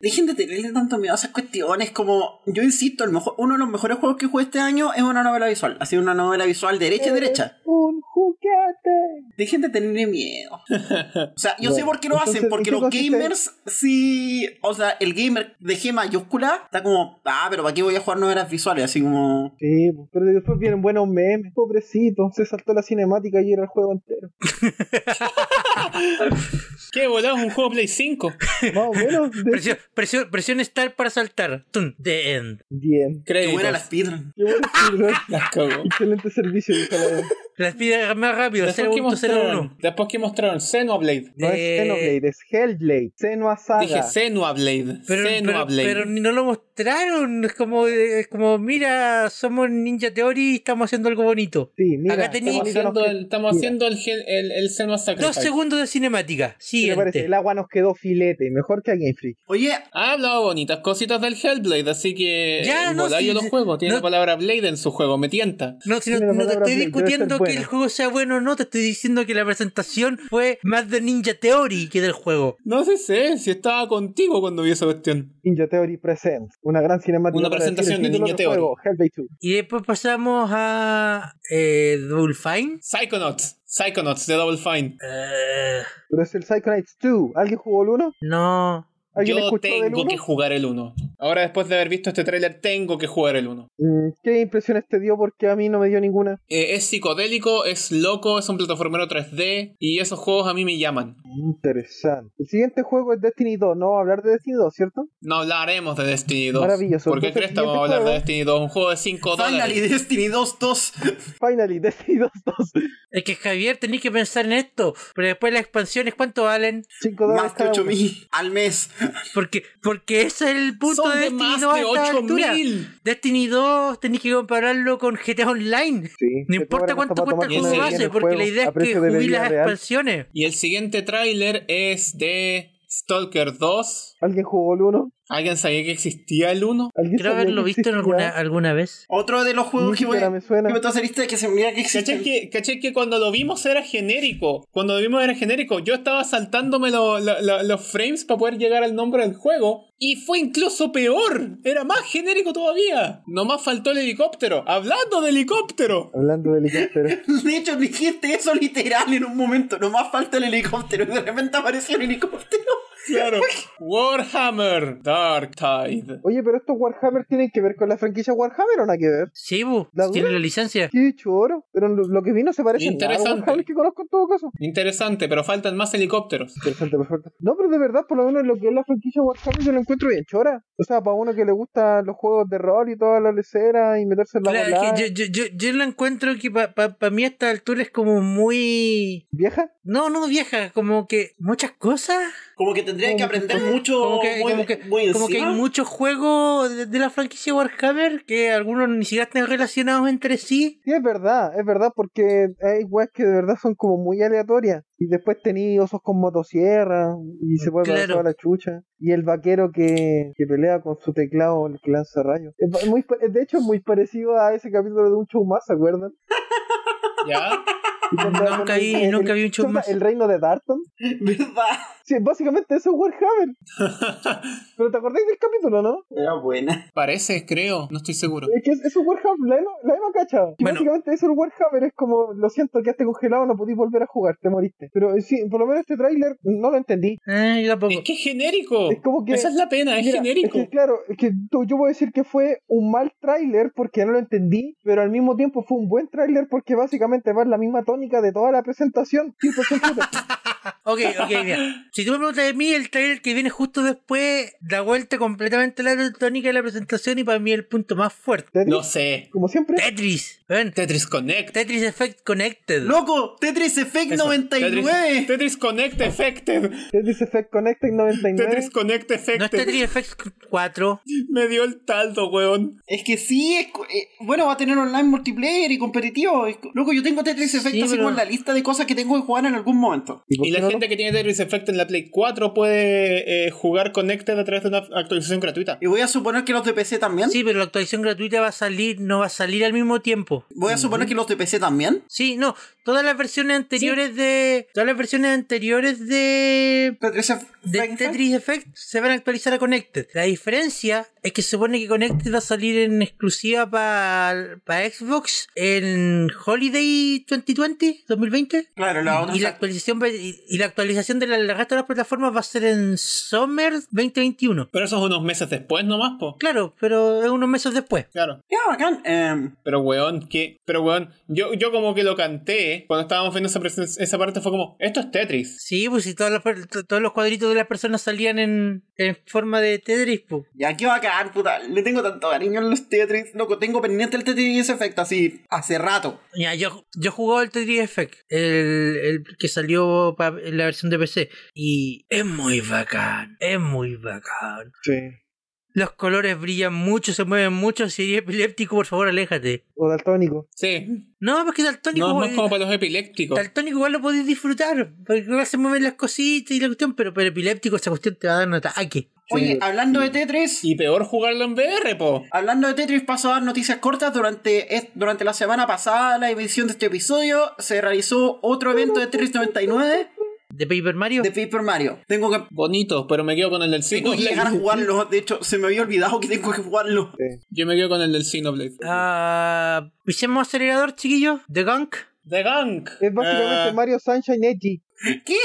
Dejen de tenerle tanto miedo a esas cuestiones. Como, yo insisto, el mejor, uno de los mejores juegos que jugué este año es una novela visual. Ha sido una novela visual Eh. derecha y derecha. Un juguete. Dejen de tenerle miedo. [LAUGHS] O sea, yo Bueno, sé por qué lo entonces, hacen, porque ¿en qué los consiste? gamers, sí. O sea, el gamer de G mayúscula está como, ah, pero ¿para qué voy a jugar novelas visuales? Así como. Sí, po. pero después vienen buenos memes. Pobrecito, se saltó la cinemática y era el juego entero. ¿Qué volado? Un juego Play 5. [LAUGHS] Más o menos. [LAUGHS] de- Presión, presión, presión Start para saltar. Tun, the end. Bien. Qué buena la Créditos. speedrun. Qué bueno, Silver. [LAUGHS] [LAUGHS] Las cago. Excelente servicio, dijo la verdad. Las pide más rápido, Después que mostraron, 0.01. después que mostraron Xenoblade. No Eh, es Xenoblade, es Hellblade. Senua Dije Saga. Xenoblade. Pero, pero, Xenoblade. pero ni- no lo mostraron. Es como, eh, es como, mira, somos Ninja Theory y estamos haciendo algo bonito. Sí, mira. Acá tení- qué bonito nos estamos haciendo quedó. el, estamos Mira, haciendo el, gen- el, el Senua Dos Sacrifice. segundos de cinemática. ¿qué le parece? Siguiente. El agua nos quedó filete, mejor que a Game Freak. Oye, Ha hablado bonitas cositas del Hellblade, así que Ya, el no, Modayo sí, lo sí, juego. Tiene no- la palabra Blade en su juego, me tienta. No, si no, Tiene la no te palabra estoy Blade, debe discutiendo ser que el buena. juego sea bueno o no, te estoy diciendo que la presentación fue más de Ninja Theory que del juego. No sé, sé si estaba contigo cuando vi esa cuestión. Ninja Theory Present. Una gran cinemática. Una para decir presentación el de título Ninja del juego, Hellblade 2. Y después pasamos a eh, Double Fine. Psychonauts. Psychonauts de Double Fine. Eh, Pero es el Psychonauts 2. ¿Alguien jugó el 1? no. ¿Alguien Yo escuchó del tengo uno? que jugar el 1. Ahora, después de haber visto este tráiler, tengo que jugar el 1. Mm, ¿Qué impresiones te dio? Porque a mí no me dio ninguna. Eh, es psicodélico, es loco, es un plataformero 3D y esos juegos a mí me llaman. Interesante. El siguiente juego es Destiny 2. No vamos a hablar de Destiny 2, ¿cierto? No hablaremos de Destiny 2. Maravilloso. Porque Entonces, cresta vamos a siguiente hablar de juego. Destiny 2, un juego de 5 Finally, dólares. Destiny 2 2. Finally, [LAUGHS] Destiny 2 2. Es que Javier, tenéis que pensar en esto. Pero después las expansiones, ¿cuánto valen? 5 dólares Más de cada uno. 8000 al mes. Porque, porque ese es el punto Son de de Destiny más 2 a de esta 8000. altura. Destiny 2 tenéis que compararlo con GTA Online. Sí, No te importa cobran hasta cuánto para cuesta el juego tomarte una bebida en base, el porque juego, la idea a es que precio de jubilás bebida las real. expansiones. Y el siguiente tráiler es de Stalker 2. ¿Alguien jugó el 1? ¿Alguien sabía que existía el 1? ¿Alguien Creo sabía haberlo que visto en alguna, existía? alguna vez. Otro de los juegos Ni que voy siquiera a. me suena. Que me trae lista de que se me olvida que ¿Cachai existe. que, cachai que cuando lo vimos era genérico? Cuando lo vimos era genérico. Yo estaba saltándome lo- lo- lo- los frames para poder llegar al nombre del juego. Y fue incluso peor. Era más genérico todavía. Nomás faltó el helicóptero. Hablando de helicóptero. Hablando de helicóptero. [LAUGHS] De hecho, dijiste eso literal en un momento. Nomás falta el helicóptero. Y de repente apareció el helicóptero. [LAUGHS] Claro. Warhammer Dark Tide. Oye, pero estos Warhammer tienen que ver con la franquicia Warhammer o nada que ver. Sí, bu, ¿La tiene dura? la licencia. Qué choro. Pero lo lo que vi no se parece nada a los Interesante. Warhammer que conozco en todo caso. Interesante, pero faltan más helicópteros. Interesante, perfecto. No, pero de verdad, por lo menos lo que es la franquicia Warhammer, yo lo encuentro bien chora. O sea, para uno que le gustan los juegos de rol y toda la lecera y meterse en la Claro, volada. que yo, yo, yo, yo lo encuentro que para mí a esta altura es como muy... ¿Vieja? No, no vieja, como que muchas cosas. [LAUGHS] Como que tendrían que aprender mucho. Como que, muy, como que, muy como que hay encima. muchos juegos de, de la franquicia Warhammer que algunos ni siquiera están relacionados entre sí. Sí, es verdad, es verdad, porque hay weas que de verdad son como muy aleatorias. Y después tení osos con motosierra y se vuelve Claro. a toda la chucha. Y el vaquero que, que pelea con su teclado, el que lanza rayos. Es pa- muy pa- de hecho, es muy parecido a ese capítulo de un show más, ¿se [LAUGHS] acuerdan? ¿Ya? [LAUGHS] Y cuando- Nunca cuando- vi- el- nunca vi un show ¿se llama más. El reino de Darton. [LAUGHS] ¿Verdad? Sí, básicamente eso es Warhammer. [LAUGHS] Pero te acordáis del capítulo, ¿no? Era buena. Parece, creo. No estoy seguro. Es que es, es un Warhammer, la Emma, la Emma cacha. Y Bueno. básicamente eso el Warhammer es como, lo siento, quedaste congelado, no pudiste volver a jugar, te moriste. Pero eh, sí, por lo menos este tráiler no lo entendí. Eh, yo tampoco. Es que es genérico. Es como que- Esa es la pena, es Mira, genérico. Es que, claro, es que tú- yo puedo decir que fue un mal tráiler porque no lo entendí, pero al mismo tiempo fue un buen tráiler porque básicamente va en la misma tónica de toda la presentación. 100% shooter. Ok, ok, mira. Si tú me preguntas de mí, el trailer que viene justo después da vuelta completamente la tónica de la presentación y para mí el punto más fuerte. Tetris, [LAUGHS] No sé. Como siempre, Tetris, weón. Tetris Connect. Tetris Effect Connected. ¡Loco! Tetris Effect Eso, 99. Tetris, Tetris Connect Effected. Tetris Effect Connected 99. Tetris Connect No es Effected. Tetris Effect 4. [LAUGHS] Me dio el taldo, weón. Es que sí, es co- eh, bueno, va a tener online multiplayer y competitivo. Es co- Loco, yo tengo Tetris Sí, Effect así pero- como en la lista de cosas que tengo que jugar en algún momento. por Y qué la no lo- gente que tiene Tetris Effect en la Play 4 puede eh, jugar Connected a través de una actualización gratuita. Y voy a suponer que los de PC también. Sí, pero la actualización gratuita va a salir, no va a salir al mismo tiempo. Voy a suponer que los de PC también. Sí, no, todas las versiones anteriores de. Todas las versiones anteriores de. Tetris Eff- De Effect. Tetris Effect se van a actualizar a Connected. La diferencia es que se supone que Connected va a salir en exclusiva para Xbox en Holiday 2020, 2020. Claro, la otra. Y la actualización va- y, y la actualización de la, del resto de las plataformas va a ser en Summer 2021. Pero eso es unos meses después nomás, po. Claro, pero es unos meses después. Claro. Ya, bacán. Em, Pero weón, que. Pero weón, yo, yo como que lo canté cuando estábamos viendo esa, presen- esa parte, fue como, esto es Tetris. Sí, pues si todas las per- to- todos los cuadritos de las personas salían en, en forma de Tetris, pues. ya, qué bacán, puta. Le tengo tanto cariño a los Tetris. Loco, tengo pendiente el Tetris Effect así hace rato. Ya, yo, yo jugaba el Tetris Effect, el, el que salió pa- en la versión de PC. Y es muy bacán, es muy bacán. Sí. Los colores brillan mucho, se mueven mucho. Si eres epiléptico, por favor, aléjate. O daltónico. Sí. No, porque daltónico, No es eh, más como para los epilépticos. daltónico igual lo podéis disfrutar. Porque igual se mueven las cositas y la cuestión, pero, pero epiléptico esa cuestión te va a dar un ataque. Oye, hablando de Tetris. Y peor jugarlo en VR, po. Hablando de Tetris, paso a dar noticias cortas. Durante, es- durante la semana pasada, la emisión de este episodio, se realizó otro evento de Tetris 99 ¿De Paper Mario? de Paper Mario. Tengo que, Bonito, pero me quedo con el del tengo que llegar a Xenoblade. jugarlo. De hecho, se me había olvidado que tengo que jugarlo. Yo me quedo con el del Xenoblade. Ah, ¿Pisemos acelerador, chiquillos? ¿The Gunk? The Gang. Es básicamente Eh, Mario Sunshine Edgy. ¿Qué?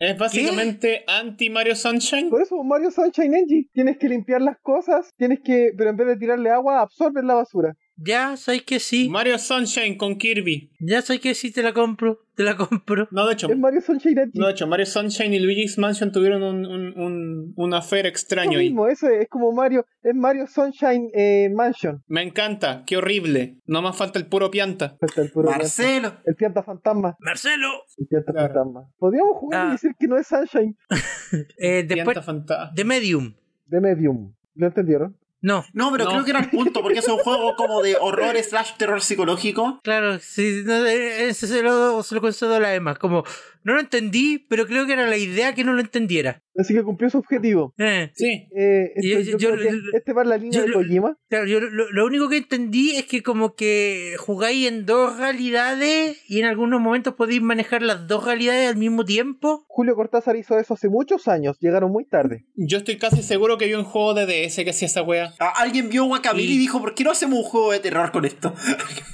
Es básicamente anti Mario Sunshine. Por eso Mario Sunshine Edgy. Tienes que limpiar las cosas, tienes que, pero en vez de tirarle agua, absorbes la basura. Ya, sabes que sí. Mario Sunshine con Kirby. Ya sabes que sí, te la compro. Te la compro. No, de hecho, Es Mario Sunshine Edgy. no, de hecho Mario Sunshine y Luigi's Mansion tuvieron un, un, un, un affair es extraño lo ahí. mismo, eso es, es como Mario, es Mario Sunshine eh, Mansion. Me encanta, qué horrible. No más falta el puro pianta. Falta el puro Marcelo. El pianta fantasma. Marcelo. El pianta Claro. fantasma. Podríamos jugar Ah. y decir que no es Sunshine Eh, después, Pianta fantasma. de Medium. de Medium. ¿Lo entendieron? No, No, pero No. creo que era el punto, porque es un juego como de horror slash terror psicológico. claro, sí, no, eh, ese se lo, se lo concedo a la Emma. Como, no lo entendí, pero creo que era la idea que no lo entendiera. Así que cumplió su objetivo. Eh, Sí, Eh, esto- Yo- yo, yo- creo que yo- este va en la línea yo- de Kojima. claro, yo lo, lo único que entendí es que como que jugáis en dos realidades y en algunos momentos podéis manejar las dos realidades al mismo tiempo. Julio Cortázar hizo eso hace muchos años. Llegaron muy tarde. yo estoy casi seguro que vio un juego de DS que hacía esa wea. A- Alguien vio Guacamole Sí. y dijo, ¿por qué no hacemos un juego de terror con esto?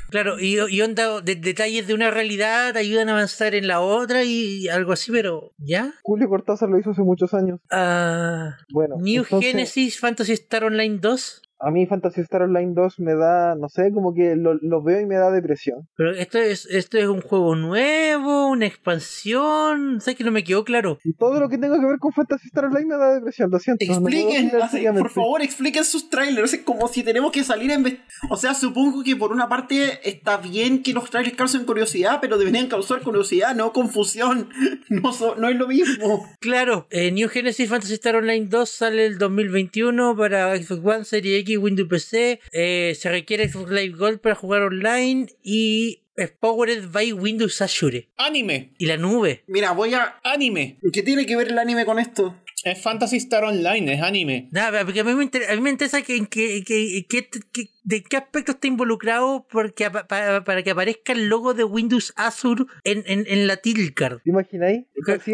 Claro, y, y onda, de- detalles de una realidad te ayudan a avanzar en la otra y algo así, pero ¿ya? Julio Cortázar lo hizo hace muchos años. Ah, Bueno, New entonces, Genesis Fantasy Star Online 2. a mí Fantasy Star Online 2 me da, no sé, como que lo, lo veo y me da depresión. Pero esto es, esto es un juego nuevo, una expansión. Sé que no me quedó claro. Y todo lo que tenga que ver con Fantasy Star Online me da depresión, lo siento. no puedo Expliquen, opinar así, por seriamente. favor, expliquen sus trailers. Es como si tenemos que salir en vez. O sea, supongo que por una parte está bien que los trailers causen curiosidad, pero deberían causar curiosidad, no confusión. [LAUGHS] No, so- no es lo mismo. Claro, eh, New Genesis Fantasy Star Online 2 sale el 2021 para Xbox One, Series X, Windows PC. Eh, se requiere Xbox Live Gold para jugar online y es powered by Windows Azure. Anime, Y la nube. Mira, voy a. anime. ¿Qué tiene que ver el anime con esto? Es Fantasy Star Online, es anime. Nada, porque a mí me interesa, a mí me interesa que, en qué- que- que- que- de qué aspecto está involucrado porque, apa- pa- para que aparezca el logo de Windows Azure en, en, en la title card. ¿Te imagináis?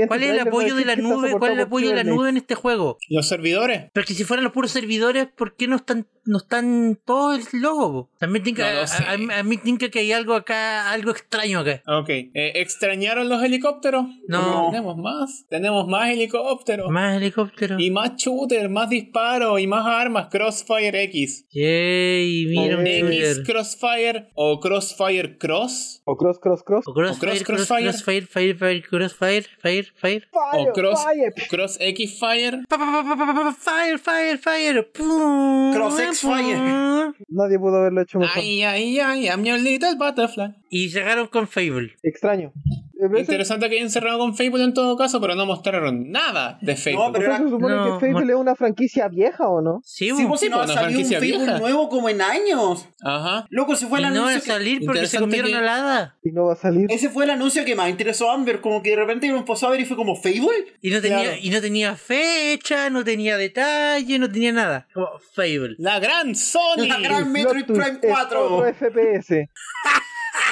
¿Cuál es el apoyo de la nube? ¿Cuál es el apoyo de la nube en este juego? Los servidores. Porque si fueran los puros servidores, ¿por qué no están, no están todo el logo? po? También tinca, No lo sé. a, a- a mí tinca que hay algo acá, algo extraño acá. Ok. Eh, ¿Extrañaron los helicópteros? No. Tenemos más. Tenemos más helicópteros. Más helicóptero. Y más shooter, más disparos y más armas. Crossfire X. Yay, mira un Eh, X shooter. Crossfire o Crossfire Cross O cross, cross, cross. O Crossfire, o Cross- Crossfire. Crossfire, Fire, Fire, Crossfire, Fire, Fire. Fire, o Cross fire. Cross X Fire. Pa, pa, pa, pa, pa, pa, Fire, Fire, Fire. Pum, Cross X pum. Fire. Nadie pudo haberlo hecho mejor. Ay, ay, ay, I'm your little butterfly. Y llegaron con Fable. Extraño. Eh, pero ese- Interesante que hayan cerrado con Fable en todo caso, pero no mostraron nada de Fable. No, o pero sea, era. se supone No, que Fable es una franquicia vieja o no? Sí, Sí, po. pues si no ha una salido un franquicia Facebook vieja. nuevo como en años. Ajá. Loco, se fue Y el no va anuncio. a que- salir porque se interesante comieron que- a la hada. Y no va a salir. Ese fue el anuncio que más interesó a Amber, como que de repente lo empezó a ver y fue como Fable. Y no, tenía, Claro. y no tenía fecha, no tenía detalle, no tenía nada. Como Fable. La gran Sony. La gran- El Metroid plot twist Prime es 4. otro FPS.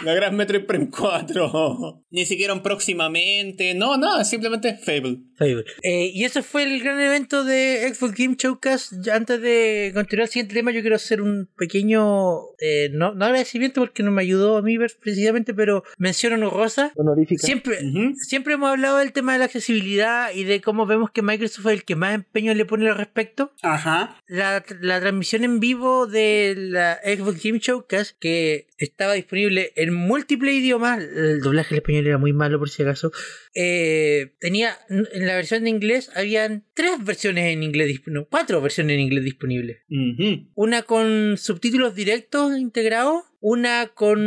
La gran Metroid Prime 4. Ni siquiera un próximamente. No, nada, simplemente Fable. Fable. Eh, y eso fue el gran evento de Xbox Game Showcast. Ya Antes de continuar el siguiente tema, yo quiero hacer un pequeño, eh, no, no agradecimiento porque no me ayudó a mí ver precisamente, pero menciono Rosa. Honorífica. Siempre, Ujú. siempre hemos hablado del tema de la accesibilidad y de cómo vemos que Microsoft es el que más empeño le pone al respecto. Ajá. la, la transmisión en vivo de la Xbox Game Showcast que estaba disponible en múltiples idiomas, el doblaje al español era muy malo por si acaso, eh, tenía en la versión de inglés habían tres versiones en inglés, disp- no, cuatro versiones en inglés disponibles. Ujú. Una con subtítulos directos integrados, una con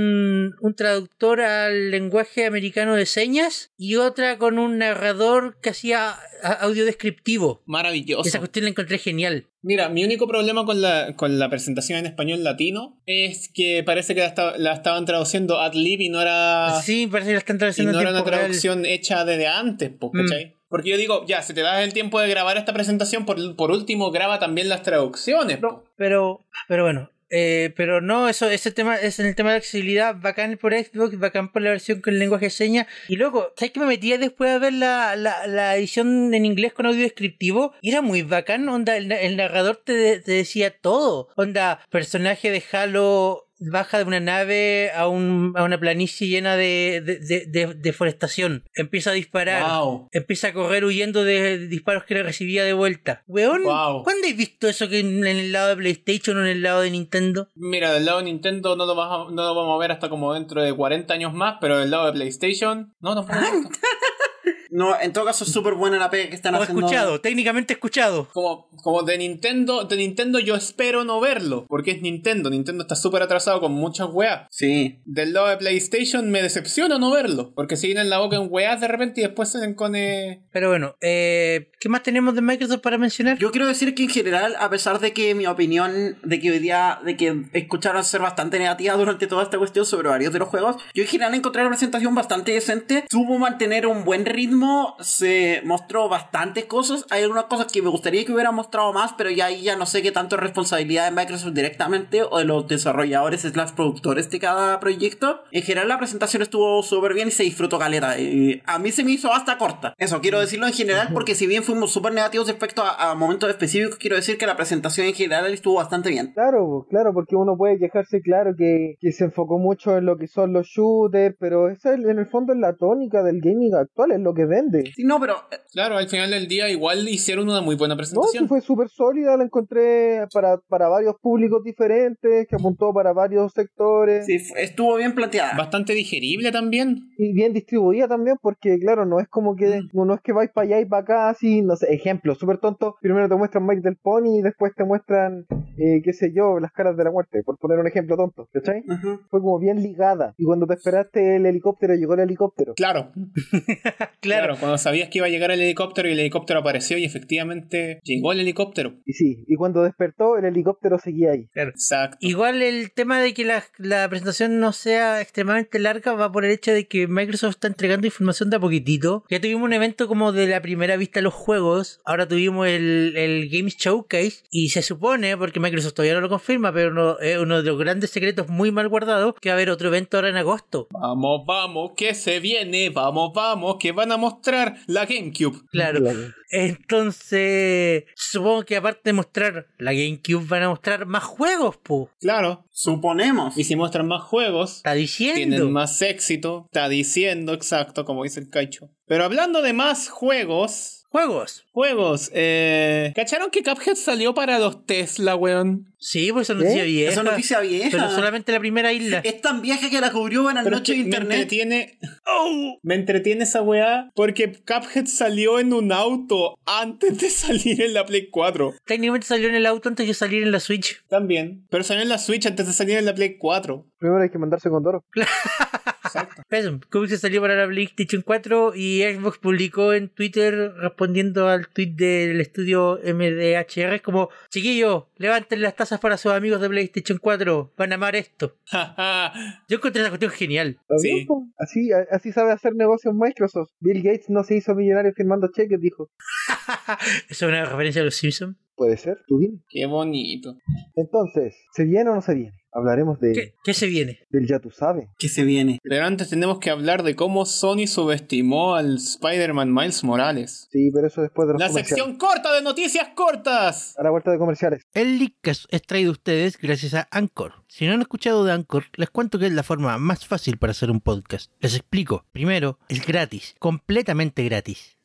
un traductor al lenguaje americano de señas y otra con un narrador que hacía a- audio descriptivo. Maravilloso. Esa cuestión la encontré genial. Mira, mi único problema con la, con la presentación en español latino es que parece que la, esta- la estaban traduciendo ad lib y no era, Sí, parece que la están y traduciendo no en era una tiempo real. traducción hecha desde antes, po, Mm. ¿cachai? Porque yo digo, ya, si te das el tiempo de grabar esta presentación, por, por último graba también las traducciones. po. Pero, pero bueno. eh, pero no, eso, ese tema es en el tema de accesibilidad, bacán por Xbox, bacán por la versión con lenguaje de señas. Y loco, ¿sabes que me metía después a ver la, la, la edición en inglés con audio descriptivo? Y era muy bacán, onda, el, el narrador te, de- te decía todo. Onda, personaje de Halo baja de una nave a, un, a una planicie llena de, de, de- de- deforestación. Empieza a disparar. Wow. Empieza a correr huyendo de de disparos que le recibía de vuelta. Weón, Wow. ¿cuándo has visto eso que en en el lado de PlayStation o en el lado de Nintendo? Mira, del lado de Nintendo no lo, vas a- no lo vamos a ver hasta como dentro de 40 años más, pero del lado de PlayStation, no, no No, en todo caso es súper buena la pega que están O haciendo. escuchado, técnicamente escuchado. Como, como de Nintendo, de Nintendo yo espero no verlo, porque es Nintendo. Nintendo está súper atrasado con muchas weas. Sí. Del lado de PlayStation me decepciona no verlo, porque se llenan la boca en weas de repente y después salen con... eh, Pero bueno, eh, ¿qué más tenemos de Microsoft para mencionar? Yo quiero decir que en general, a pesar de que mi opinión de que hoy día, de que escucharon ser bastante negativa durante toda esta cuestión sobre varios de los juegos, yo en general encontré la presentación bastante decente, supo mantener un buen ritmo, se mostró bastantes cosas, hay algunas cosas que me gustaría que hubiera mostrado más, pero ya ahí ya no sé qué tanto es responsabilidad de Microsoft directamente o de los desarrolladores slash productores de cada proyecto. En general la presentación estuvo súper bien y se disfrutó caleta. Eh, a mí se me hizo hasta corta. Eso, quiero decirlo en general porque si bien fuimos súper negativos respecto a, a momentos específicos, quiero decir que la presentación en general estuvo bastante bien. Claro, po, claro, porque uno puede quejarse, claro, que, que se enfocó mucho en lo que son los shooters, pero esa en el fondo es la tónica del gaming actual, es lo que vende. Sí, no, pero eh, Claro, al final del día igual hicieron una muy buena No, sí presentación. fue súper sólida, la encontré para, para varios públicos diferentes, que apuntó para varios sectores. sí, fu- estuvo bien planteada. Bastante digerible también. y bien distribuida también porque claro no es como que no, no es que vais para allá y para acá así no sé ejemplo súper tonto primero te muestran Mike del Pony y después te muestran eh, qué sé yo las caras de la muerte por poner un ejemplo tonto ¿cachai? Ujú. fue como bien ligada y cuando te esperaste el helicóptero llegó el helicóptero Claro, claro, Claro. cuando sabías que iba a llegar el helicóptero y el helicóptero apareció y efectivamente llegó el helicóptero. y sí y cuando despertó el helicóptero seguía ahí Exacto. Igual el tema de que la, la presentación no sea extremadamente larga va por el hecho de que Microsoft está entregando información de a poquitito. Ya tuvimos un evento como de la primera vista a los juegos, ahora tuvimos el, el Game Showcase y se supone, porque Microsoft todavía no lo confirma, pero uno, es uno de los grandes secretos muy mal guardados, que va a haber otro evento ahora en agosto. Vamos, vamos, que se viene, vamos, vamos, que van a mostrar la GameCube. Claro. Entonces, supongo que aparte de mostrar la GameCube van a mostrar más juegos, pu. Claro. Suponemos. Y si muestran más juegos, Está diciendo. tienen más éxito. Está diciendo exacto, como dice el Caicho. Pero hablando de más juegos. Juegos. Juegos, eh. ¿Cacharon que Cuphead salió para los Tesla, weón? Sí, pues eso noticia ¿Eh? vieja. Esa noticia vieja. Pero solamente la primera isla. Es tan vieja que la cubrió Buenas Pero noches es que Me Internet. entretiene. Me entretiene esa weá. Porque Cuphead salió en un auto antes de salir en la Play 4. Técnicamente salió en el auto antes que salir en la Switch. También. Pero salió en la Switch antes de salir en la Play 4. primero hay que mandarse con Doro [LAUGHS] Pero se salió para la PlayStation 4 y Xbox publicó en Twitter respondiendo al tweet del estudio MDHR como Chiquillo, levanten las tazas para sus amigos de PlayStation 4, van a amar esto. Yo encontré esa cuestión genial. ¿Está Sí. bien, po? así a- así sabe hacer negocios Microsoft Bill Gates no se hizo millonario firmando cheques dijo Eso es una referencia a los Simpsons. puede ser tú dime [LAUGHS] Qué bonito. entonces ¿se viene o no se viene? hablaremos de ¿Qué, qué se viene? del ya tú sabes Que se viene. Pero antes tenemos que hablar de cómo Sony subestimó al Spider-Man Miles Morales. Sí, pero eso después de los La comerciales. sección corta de noticias cortas. A la vuelta de comerciales. El Leadcast es traído a ustedes gracias a Anchor. Si no han escuchado de Anchor, les cuento que es la forma más fácil para hacer un podcast. Les explico. Primero, es gratis, completamente gratis.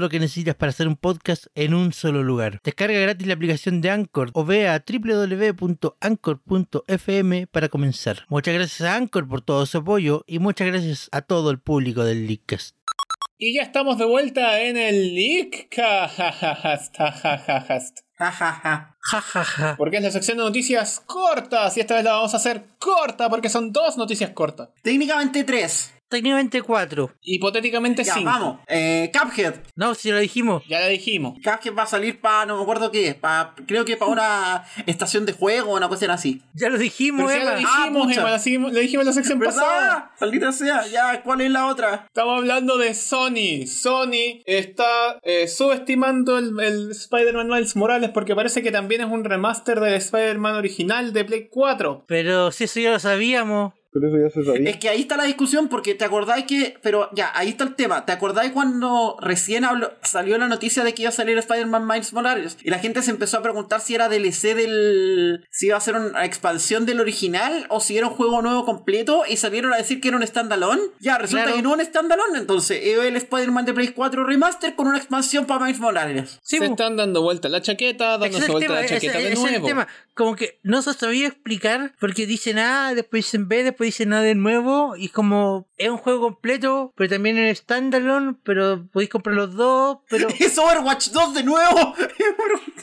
lo que necesitas para hacer un podcast en un solo lugar. Descarga gratis la aplicación de Anchor o ve a www.anchor.fm para comenzar. Muchas gracias a Anchor por todo su apoyo y muchas gracias a todo el público del Leadcast. Y ya estamos de vuelta en el Leakcast. Ja, ja, ja. Ja, ja, ja. Porque es la sección de noticias cortas. Y esta vez la vamos a hacer corta porque son dos noticias cortas. Técnicamente tres. Técnicamente cuatro. Hipotéticamente Ya, 5. vamos. Eh, Cuphead. No, si lo dijimos. Ya la dijimos. Cuphead va a salir para, no me acuerdo qué, pa, creo que para una estación de juego, una cuestión así. Ya lo dijimos, Pero si Emma. ya la Ah, dijimos, pucha. Emma, la seguimos- la dijimos en la sección pasada. ¿Verdad? Maldita sea, ya, ¿cuál es la otra? Estamos hablando de Sony. Sony está eh, subestimando el, el Spider-Man Miles Morales porque parece que también es un remaster del Spider-Man original de Play 4. Pero si eso ya lo sabíamos. Pero eso ya se [LAUGHS] sabía. Es que ahí está la discusión, porque te acordáis que. Pero ya, ahí está el tema. ¿Te acordáis cuando recién habló- salió la noticia de que iba a salir Spider-Man Miles Morales? Y la gente se empezó a preguntar si era DLC del. si iba a ser una expansión del original o si era un juego nuevo completo y salieron a decir que era un standalone. Ya, resulta Claro. que no es un standalone, entonces. Es el Spider-Man de Play 4 Remaster con una expansión para Miles Morales. [LAUGHS] Sí, pues. po. Se están dando vuelta la chaqueta, Ese dándose es el vuelta tema, la ese- chaqueta de ese es el nuevo. tema. Como que no se sabía explicar porque dicen A, después dicen B, después dicen A de nuevo. Y como es un juego completo, pero también es standalone, pero podéis comprar los dos. [LAUGHS] Pero ¡Es Overwatch 2 de nuevo! [LAUGHS]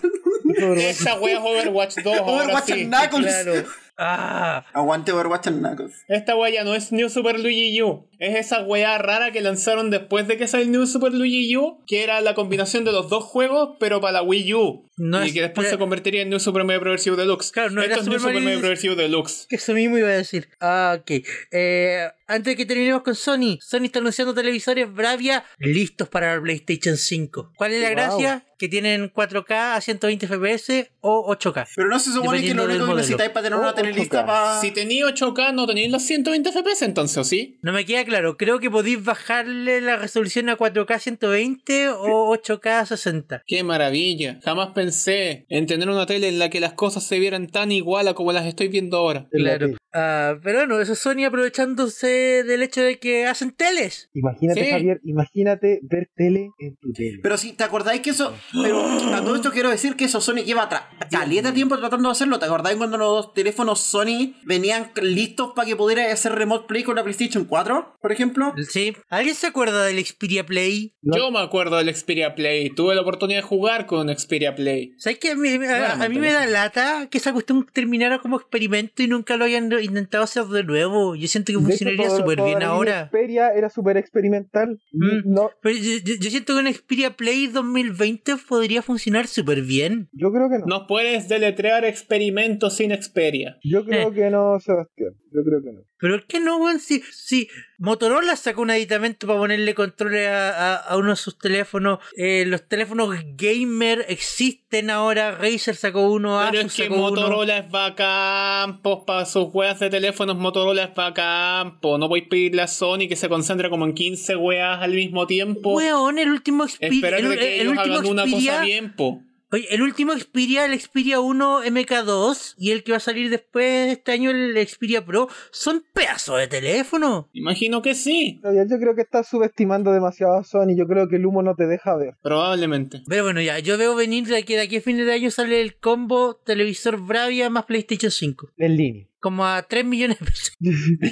Esa wea es Overwatch 2. ahora Overwatch sí. and Knuckles. claro. Ah, Aguante Overwatch and Knuckles. Esta wea ya no es New Super Luigi U. Es esa wea rara que lanzaron después de que salió el New Super Luigi U, que era la combinación de los dos juegos, pero para la Wii U. No y es- que después pero- se convertiría en New Super Mario Bros. U Deluxe. Claro, no Esto era es New Super Super Mario Mario- Bros. U Deluxe. que eso mismo iba a decir. Ah, ok. Eh, antes de que terminemos con Sony, Sony está anunciando televisores Bravia listos para la PlayStation 5. ¿Cuál es la Wow. gracia? Que tienen 4K a 120 FPS o 8K. Pero no se supone que Dependiendo lo único del que modelo. Oh, necesitáis para tener O una tele lista 8K. para. Si tenía 8K, no tenía los 120 FPS entonces, ¿o sí? No me queda claro, creo que podéis bajarle la resolución a 4K 120 o 8K 60. ¡Qué maravilla! Jamás pensé en tener una tele en la que las cosas se vieran tan igual a como las estoy viendo ahora. En la Claro. tele. Ah, pero bueno, eso es Sony aprovechándose del hecho de que hacen teles. Imagínate, Sí. Javier, imagínate ver tele en tu tele. Pero si te acordáis que eso. Pero a todo esto quiero decir que eso Sony lleva tra- caleta tiempo tratando de hacerlo. ¿Te acordáis cuando los teléfonos Sony venían listos para que pudiera hacer remote play con la PlayStation 4, por ejemplo? Sí. ¿Alguien se acuerda del Xperia Play? No. Yo me acuerdo del Xperia Play. Tuve la oportunidad de jugar con Xperia Play. ¿Sabes que a mí, a- a Bueno, mí me da lata que esa cuestión terminara como experimento y nunca lo hayan intentado hacer de nuevo? Yo siento que De hecho, funcionaría toda- súper toda bien la línea ahora. Xperia era súper experimental. Mm. No, Pero yo, yo- yo siento que un Xperia Play 2020 podría funcionar súper bien. yo creo que no. Nos puedes deletrear experimentos sin Xperia. Yo Eh. creo que no, Sebastián. Yo creo que no. Pero es que no, weón, si, si Motorola sacó un aditamento para ponerle controles a, a- a uno de sus teléfonos, eh, los teléfonos gamer existen ahora, Razer sacó uno, Pero Asus es que sacó uno. Motorola es bacán, pues para sus weas de teléfonos Motorola es bacán, po. No voy a pedirle a Sony que se concentre como en 15 weas al mismo tiempo. Weón, el último Xperia, Esperar el, de que el ellos último hagan una cosa Xperia- bien, po. Oye, el último Xperia, el Xperia 1 MK2 y el que va a salir después este año, el Xperia Pro, son pedazos de teléfono. Imagino que sí, Javier, yo creo que estás subestimando demasiado a Sony. Yo creo que el humo no te deja ver. [LAUGHS] probablemente. Pero bueno, ya, yo veo venir de que de aquí a fines de año sale el combo televisor Bravia más PlayStation 5. En línea. Como a 3 millones de pesos.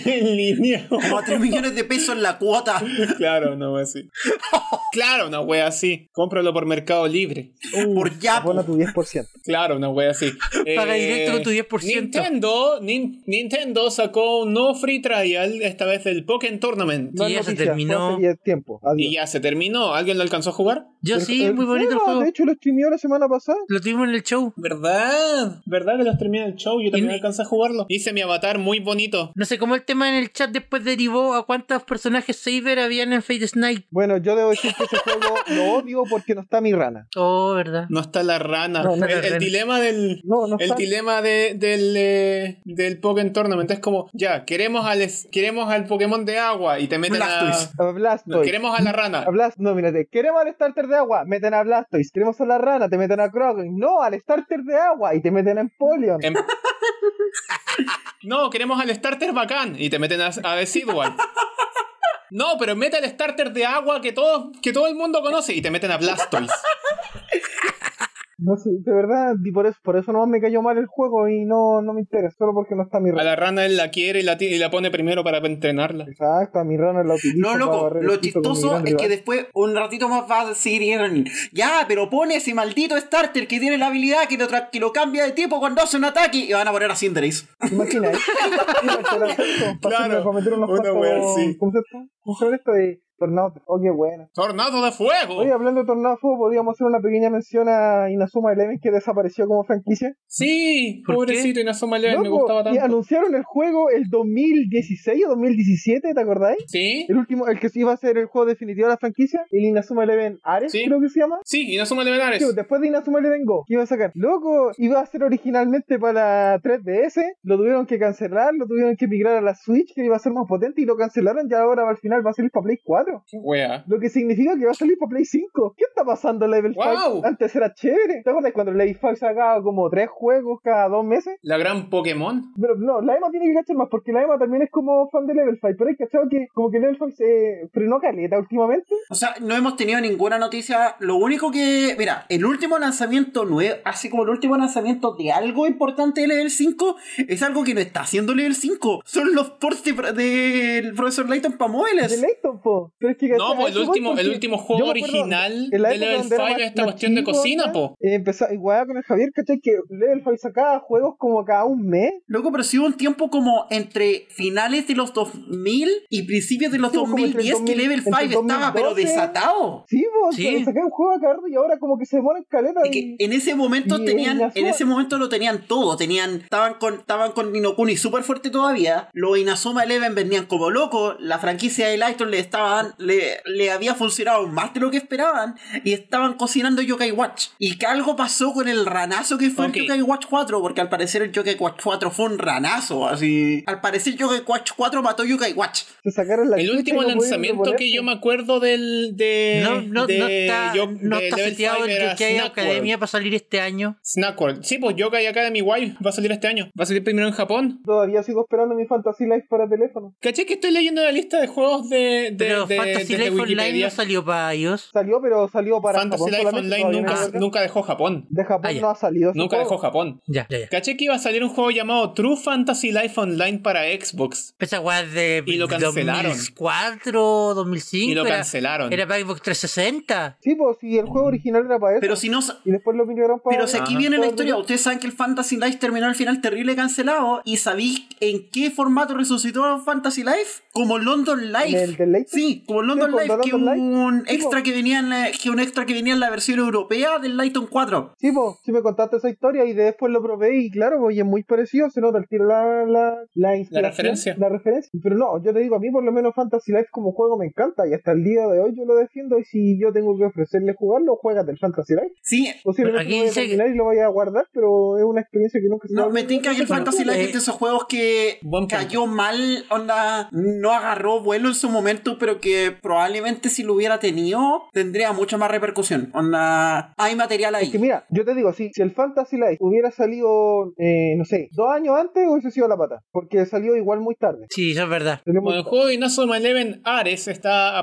en línea. Como 3 millones de pesos en la cuota. claro, una [LAUGHS] wea así. claro, una wea así. Cómpralo por Mercado Libre. Por ya, Abona tu 10%. Claro, una wea así. Eh, Paga directo con tu 10%. Nintendo, Nin- Nintendo sacó un nuevo free trial, esta vez del Pokémon Tournament. Sí, ya se terminó. Y el tiempo. Adiós. Y ya se terminó. ¿Alguien lo alcanzó a jugar? Yo Pero- sí, eh, muy bonito el no, juego. De hecho, lo streameó la semana pasada. Lo tuvimos en el show. ¿Verdad? ¿Verdad que los terminé el show? Yo también Y- alcancé a jugarlo. Hice mi avatar muy bonito. No sé cómo el tema en el chat después derivó a cuántos personajes Saber habían en Fate Snake. Bueno, yo debo decir [LAUGHS] que ese juego lo odio porque no está mi rana. Oh, ¿verdad? No está la rana. No, no el, está la el rana. dilema del. No, no El está. dilema de- del, eh, del Pokémon Tournament es como, ya, queremos al, es- queremos al Pokémon de agua y te meten a... Blastoise. A No, Blastoise. queremos a la rana. A Blast- no, mírate. Queremos al starter de agua, meten a Blastoise. Queremos a la rana, te meten a Krogan. No, al starter de agua y te meten a Empoleon. Em- No, queremos al starter bacán y te meten a, a Decidual. No, pero mete al starter de agua que todo, que todo el mundo conoce y te meten a Blastoise. No sé, de verdad, y por eso, por eso nomás me cayó mal el juego y no, no me interesa, solo porque no está mi A rana. la rana él la quiere y la, ti- y la pone primero para entrenarla. Exacto, a mi rana la utilizo No, para loco, barrer el lo piso con mi chistoso gran es que rival. después, un ratito más, va a seguir Irene. Ya, pero pone ese maldito starter que tiene la habilidad que lo, tra- que lo cambia de tipo cuando hace un ataque y van a poner a Cinderace. Imagina, ¿eh? Claro, claro, cometer unos una cuantos- wea así. ¿Cómo se llama? ¿Cómo se llama esto de tornado? Oh, qué bueno. ¡Tornado de fuego! Oye, hablando de tornado, podríamos hacer una pequeña mención a Inazuma Eleven que desapareció como franquicia. Sí, ¿Por pobrecito Inazuma Eleven, me Loco, gustaba Y tanto. anunciaron el juego el 2016 o 2017, ¿te acordáis? Sí, El último, el que iba a ser el juego definitivo de la franquicia, el Inazuma Eleven Ares, Sí. creo que se llama. sí, Inazuma Eleven Ares. Sí, después de Inazuma Eleven Go, que iba a sacar. Loco, iba a ser originalmente para 3DS, lo tuvieron que cancelar, lo tuvieron que migrar a la Switch, que iba a ser más potente, y lo cancelaron, y ahora al final va a salir para Play 4. Qué wea. Lo que significa que va a salir para Play 5. ¿Qué está pasando Level ¡Guau! 5? Antes era chévere. ¿Te acuerdas cuando Level 5 sacaba como tres juegos cada dos meses? La gran Pokémon. Pero no, la EMA tiene que cachar más, porque la EMA también es como fan de Level 5, pero hay cachado que como que Level 5 se frenó caleta últimamente. O sea, no hemos tenido ninguna noticia. Lo único que. Mira, el último lanzamiento nuevo, así como el último lanzamiento de algo importante de Level 5, es algo que no está haciendo Level 5. Son los ports de- del profesor Layton para De móviles. Layton, po. Pero es que, No, ¿cachai? A po, el eso voy, último, el porque último yo juego me acuerdo original en la de época Level donde era 5 más- es esta más cuestión de chico, cocina, ¿no? po. Eh, empezaba igual con el Javier, ¿cachai? Que Level 5 sacaba juegos como cada un mes. Loco, pero sí hubo un tiempo como entre finales de los 2000 y principios de los Sí, como entre el 2010 que 2000, Level 5 entre el estaba pero 2012. desatado. Sí, pues, Sí. un juego a carro y ahora como que se demoran caleta. Y que en ese momento y en tenían, la en zona- ese momento lo tenían todo, tenían, estaban con, estaban con Ninokuni súper fuerte todavía, los Inazuma Eleven vendían como loco, la franquicia de Lighton le estaban, le, le había funcionado más de lo que esperaban, y estaban cocinando Yokai Watch. Y que algo pasó con el ranazo que fue Ok. el Yokai Watch 4, porque al parecer el Yokai Watch 4 fue un ranazo, así. Al parecer Yokai Watch 4 mató Yokai Watch. Se sacaron la El chucha y último no pudieron lanzamiento que reponerse. yo me acuerdo del de Eh, no, no, de no está, yo- no de está Level seteado 5 el era Yokai Snack Academia World. para salir este año. Snack World. Sí, pues Yokai Academy Wild va a salir este año. Va a salir primero en Japón. Todavía sigo esperando mi Fantasy Life para teléfono. ¿Caché que estoy leyendo la lista de juegos de, de, Pero de- Fantasy desde Life Online Wikipedia? no salió para iOS. Salió, pero salió para Fantasy Japón Life solamente, Online todavía no nunca, llega acá. nunca dejó Japón. De Japón Ah, ya. no ha salido. ese Nunca juego. dejó Japón. Ya, ya, ya. Caché que iba a salir un juego llamado True Fantasy Life Online para Xbox. Esa weá es de Y lo cancelaron. 2004, 2005. Y lo era- cancelaron. Era, para Xbox 360. Sí, pues, si el juego original era para eso. Mm. Pero si no, Y después lo migraron para... Pero si aquí Ajá. viene la para- historia, ustedes saben que el Fantasy Life terminó al final terrible cancelado y sabéis en qué formato resucitó Fantasy Life? Como London ¿En el Life. de Leighton? Sí, como London Sí, Life, como que London un Sí, extra po. que venía en la, que un extra que venía en la versión europea del Lighton 4. Sí, pues, si me contaste esa historia y después lo probé y claro, pues, y es muy parecido, se nota el tiro la, la, la, inspiración, referencia. La referencia. Pero no, yo te digo, a mí por lo menos Fantasy Life como juego me encanta y hasta el día de hoy yo lo defiendo y si yo tengo que ofrecerle jugarlo, juégate el Fantasy Life. Sí, Posiblemente Aquí lo voy a dice que- terminar y lo voy a guardar, pero es una experiencia que nunca se va no, a me olvidar. tinca que el Fantasy Life es de esos juegos que Buen punto. cayó mal, onda, no agarró vuelo en su momento, pero que probablemente si lo hubiera tenido tendría mucha más repercusión. Onda, hay material ahí. Es que mira, yo te digo, si, si el Fantasy Life hubiera salido, eh, no sé, dos años antes, hubiese sido la pata, porque salió igual muy tarde. Sí, eso es verdad. Salió muy Bueno, el tarde. juego de Inazuma Eleven Ares está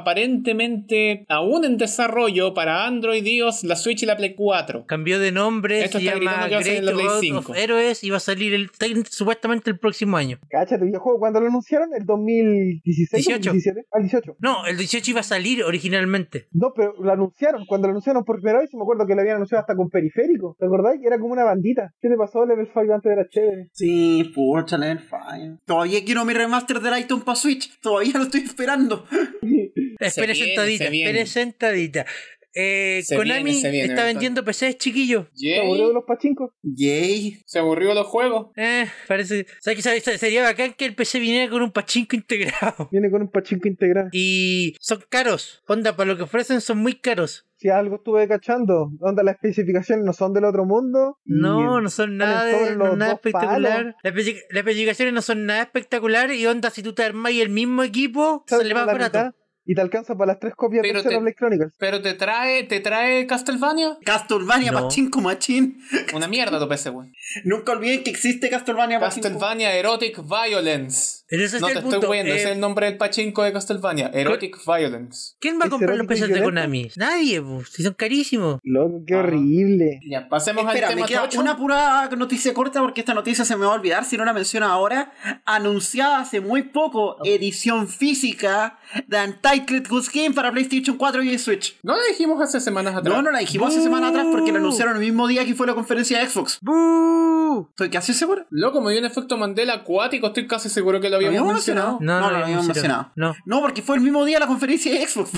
aparentemente aún en desarrollo para Android, iOS, la Switch y la Play 4. Cambió de nombre, Esto se está gritando llama que va a salir Great en la Play Road 5. of Heroes y va a salir el, tec- supuestamente el próximo año. Cáchate, videojuego, cuando lo anunciaron? ¿El 2016? 18. 2017? Al 18. No, el 18 iba a salir originalmente. No, pero lo anunciaron. Cuando lo anunciaron por primera vez, me acuerdo que lo habían anunciado hasta con periférico. ¿Te acordás? Era como una bandita. ¿Qué te pasó Level 5 antes era chévere? Sí, pucha, Level 5. Todavía quiero mi remaster del Lighton para Switch. Todavía lo estoy esperando. Eh, Espere viene, sentadita, se viene. espere sentadita. Eh, Se Konami viene, se viene, está Antonio. vendiendo PCs, chiquillo. Yay. ¿Te aburrió de los pachincos? Yay. Se aburrió los juegos. Eh, parece. ¿Sabes qué? Sabe- Sería bacán que el PC viniera con un pachinko integrado. [LAUGHS] Viene con un pachinko integrado. Y son caros. Onda, para lo que ofrecen son muy caros. Si algo estuve cachando, onda las especificaciones no son del otro mundo. Y No, no son nada, salen de, sobre los nada dos espectacular. palos. Las especi- las especificaciones no son nada espectacular. Y onda, si tú te armás el mismo equipo, sale sale por más la barato. mitad Y te alcanza para las tres copias Pero de Xenoblade te- Chronicles. Pero te trae, te trae Castlevania. Castlevania No. Pachinko Machine. Una mierda tu PC, weón. [LAUGHS] Nunca olviden que existe Castlevania Pachinko. Castlevania Erotic Violence. Pero ese es No el te punto. estoy viendo, eh, ese es el nombre del pachinko de Castlevania, Erotic Violence. ¿Quién va a ¿Es comprar los erótico y pesos de violento? Konami? Nadie, pues, si son carísimos. Loco, qué Ah. horrible. Ya, pasemos Espera, al me tema queda tocho. una pura noticia corta porque esta noticia se me va a olvidar si no la menciono ahora. Anunciada hace muy poco, edición física de Untitled Goose Game para PlayStation 4 y Switch. No lo dijimos hace semanas atrás. No, no la dijimos hace semana atrás porque la anunciaron el mismo día que fue la conferencia de Xbox. ¡Bú! Estoy casi seguro. Loco, me dio un efecto Mandela acuático, estoy casi seguro que lo ¿Lo habíamos habíamos mencionado. mencionado? No, no lo lo habíamos habíamos mencionado. mencionado. No. porque fue el mismo día la conferencia de Xbox.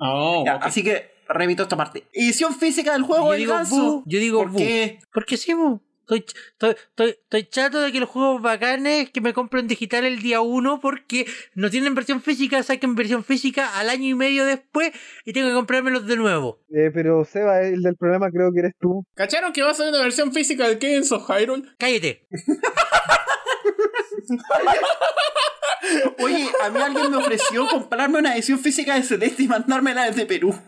Ah, Ya, ok. Así que remito esta parte. Edición física del juego Oh, Yo del digo, ganso. bu, yo digo, ¿Por bu. qué? Porque sí, bu. Estoy, ch- estoy, estoy, estoy chato de que los juegos bacanes que me compro en digital el día uno porque no tienen versión física, saquen versión física al año y medio después y tengo que comprármelos de nuevo. Eh, pero Seba, el del problema creo que eres tú. ¿Cacharon que va a salir una versión física del Cadence of Hyrule? Cállate. Oye, a mí alguien me ofreció comprarme una edición física de Celeste y mandármela desde Perú.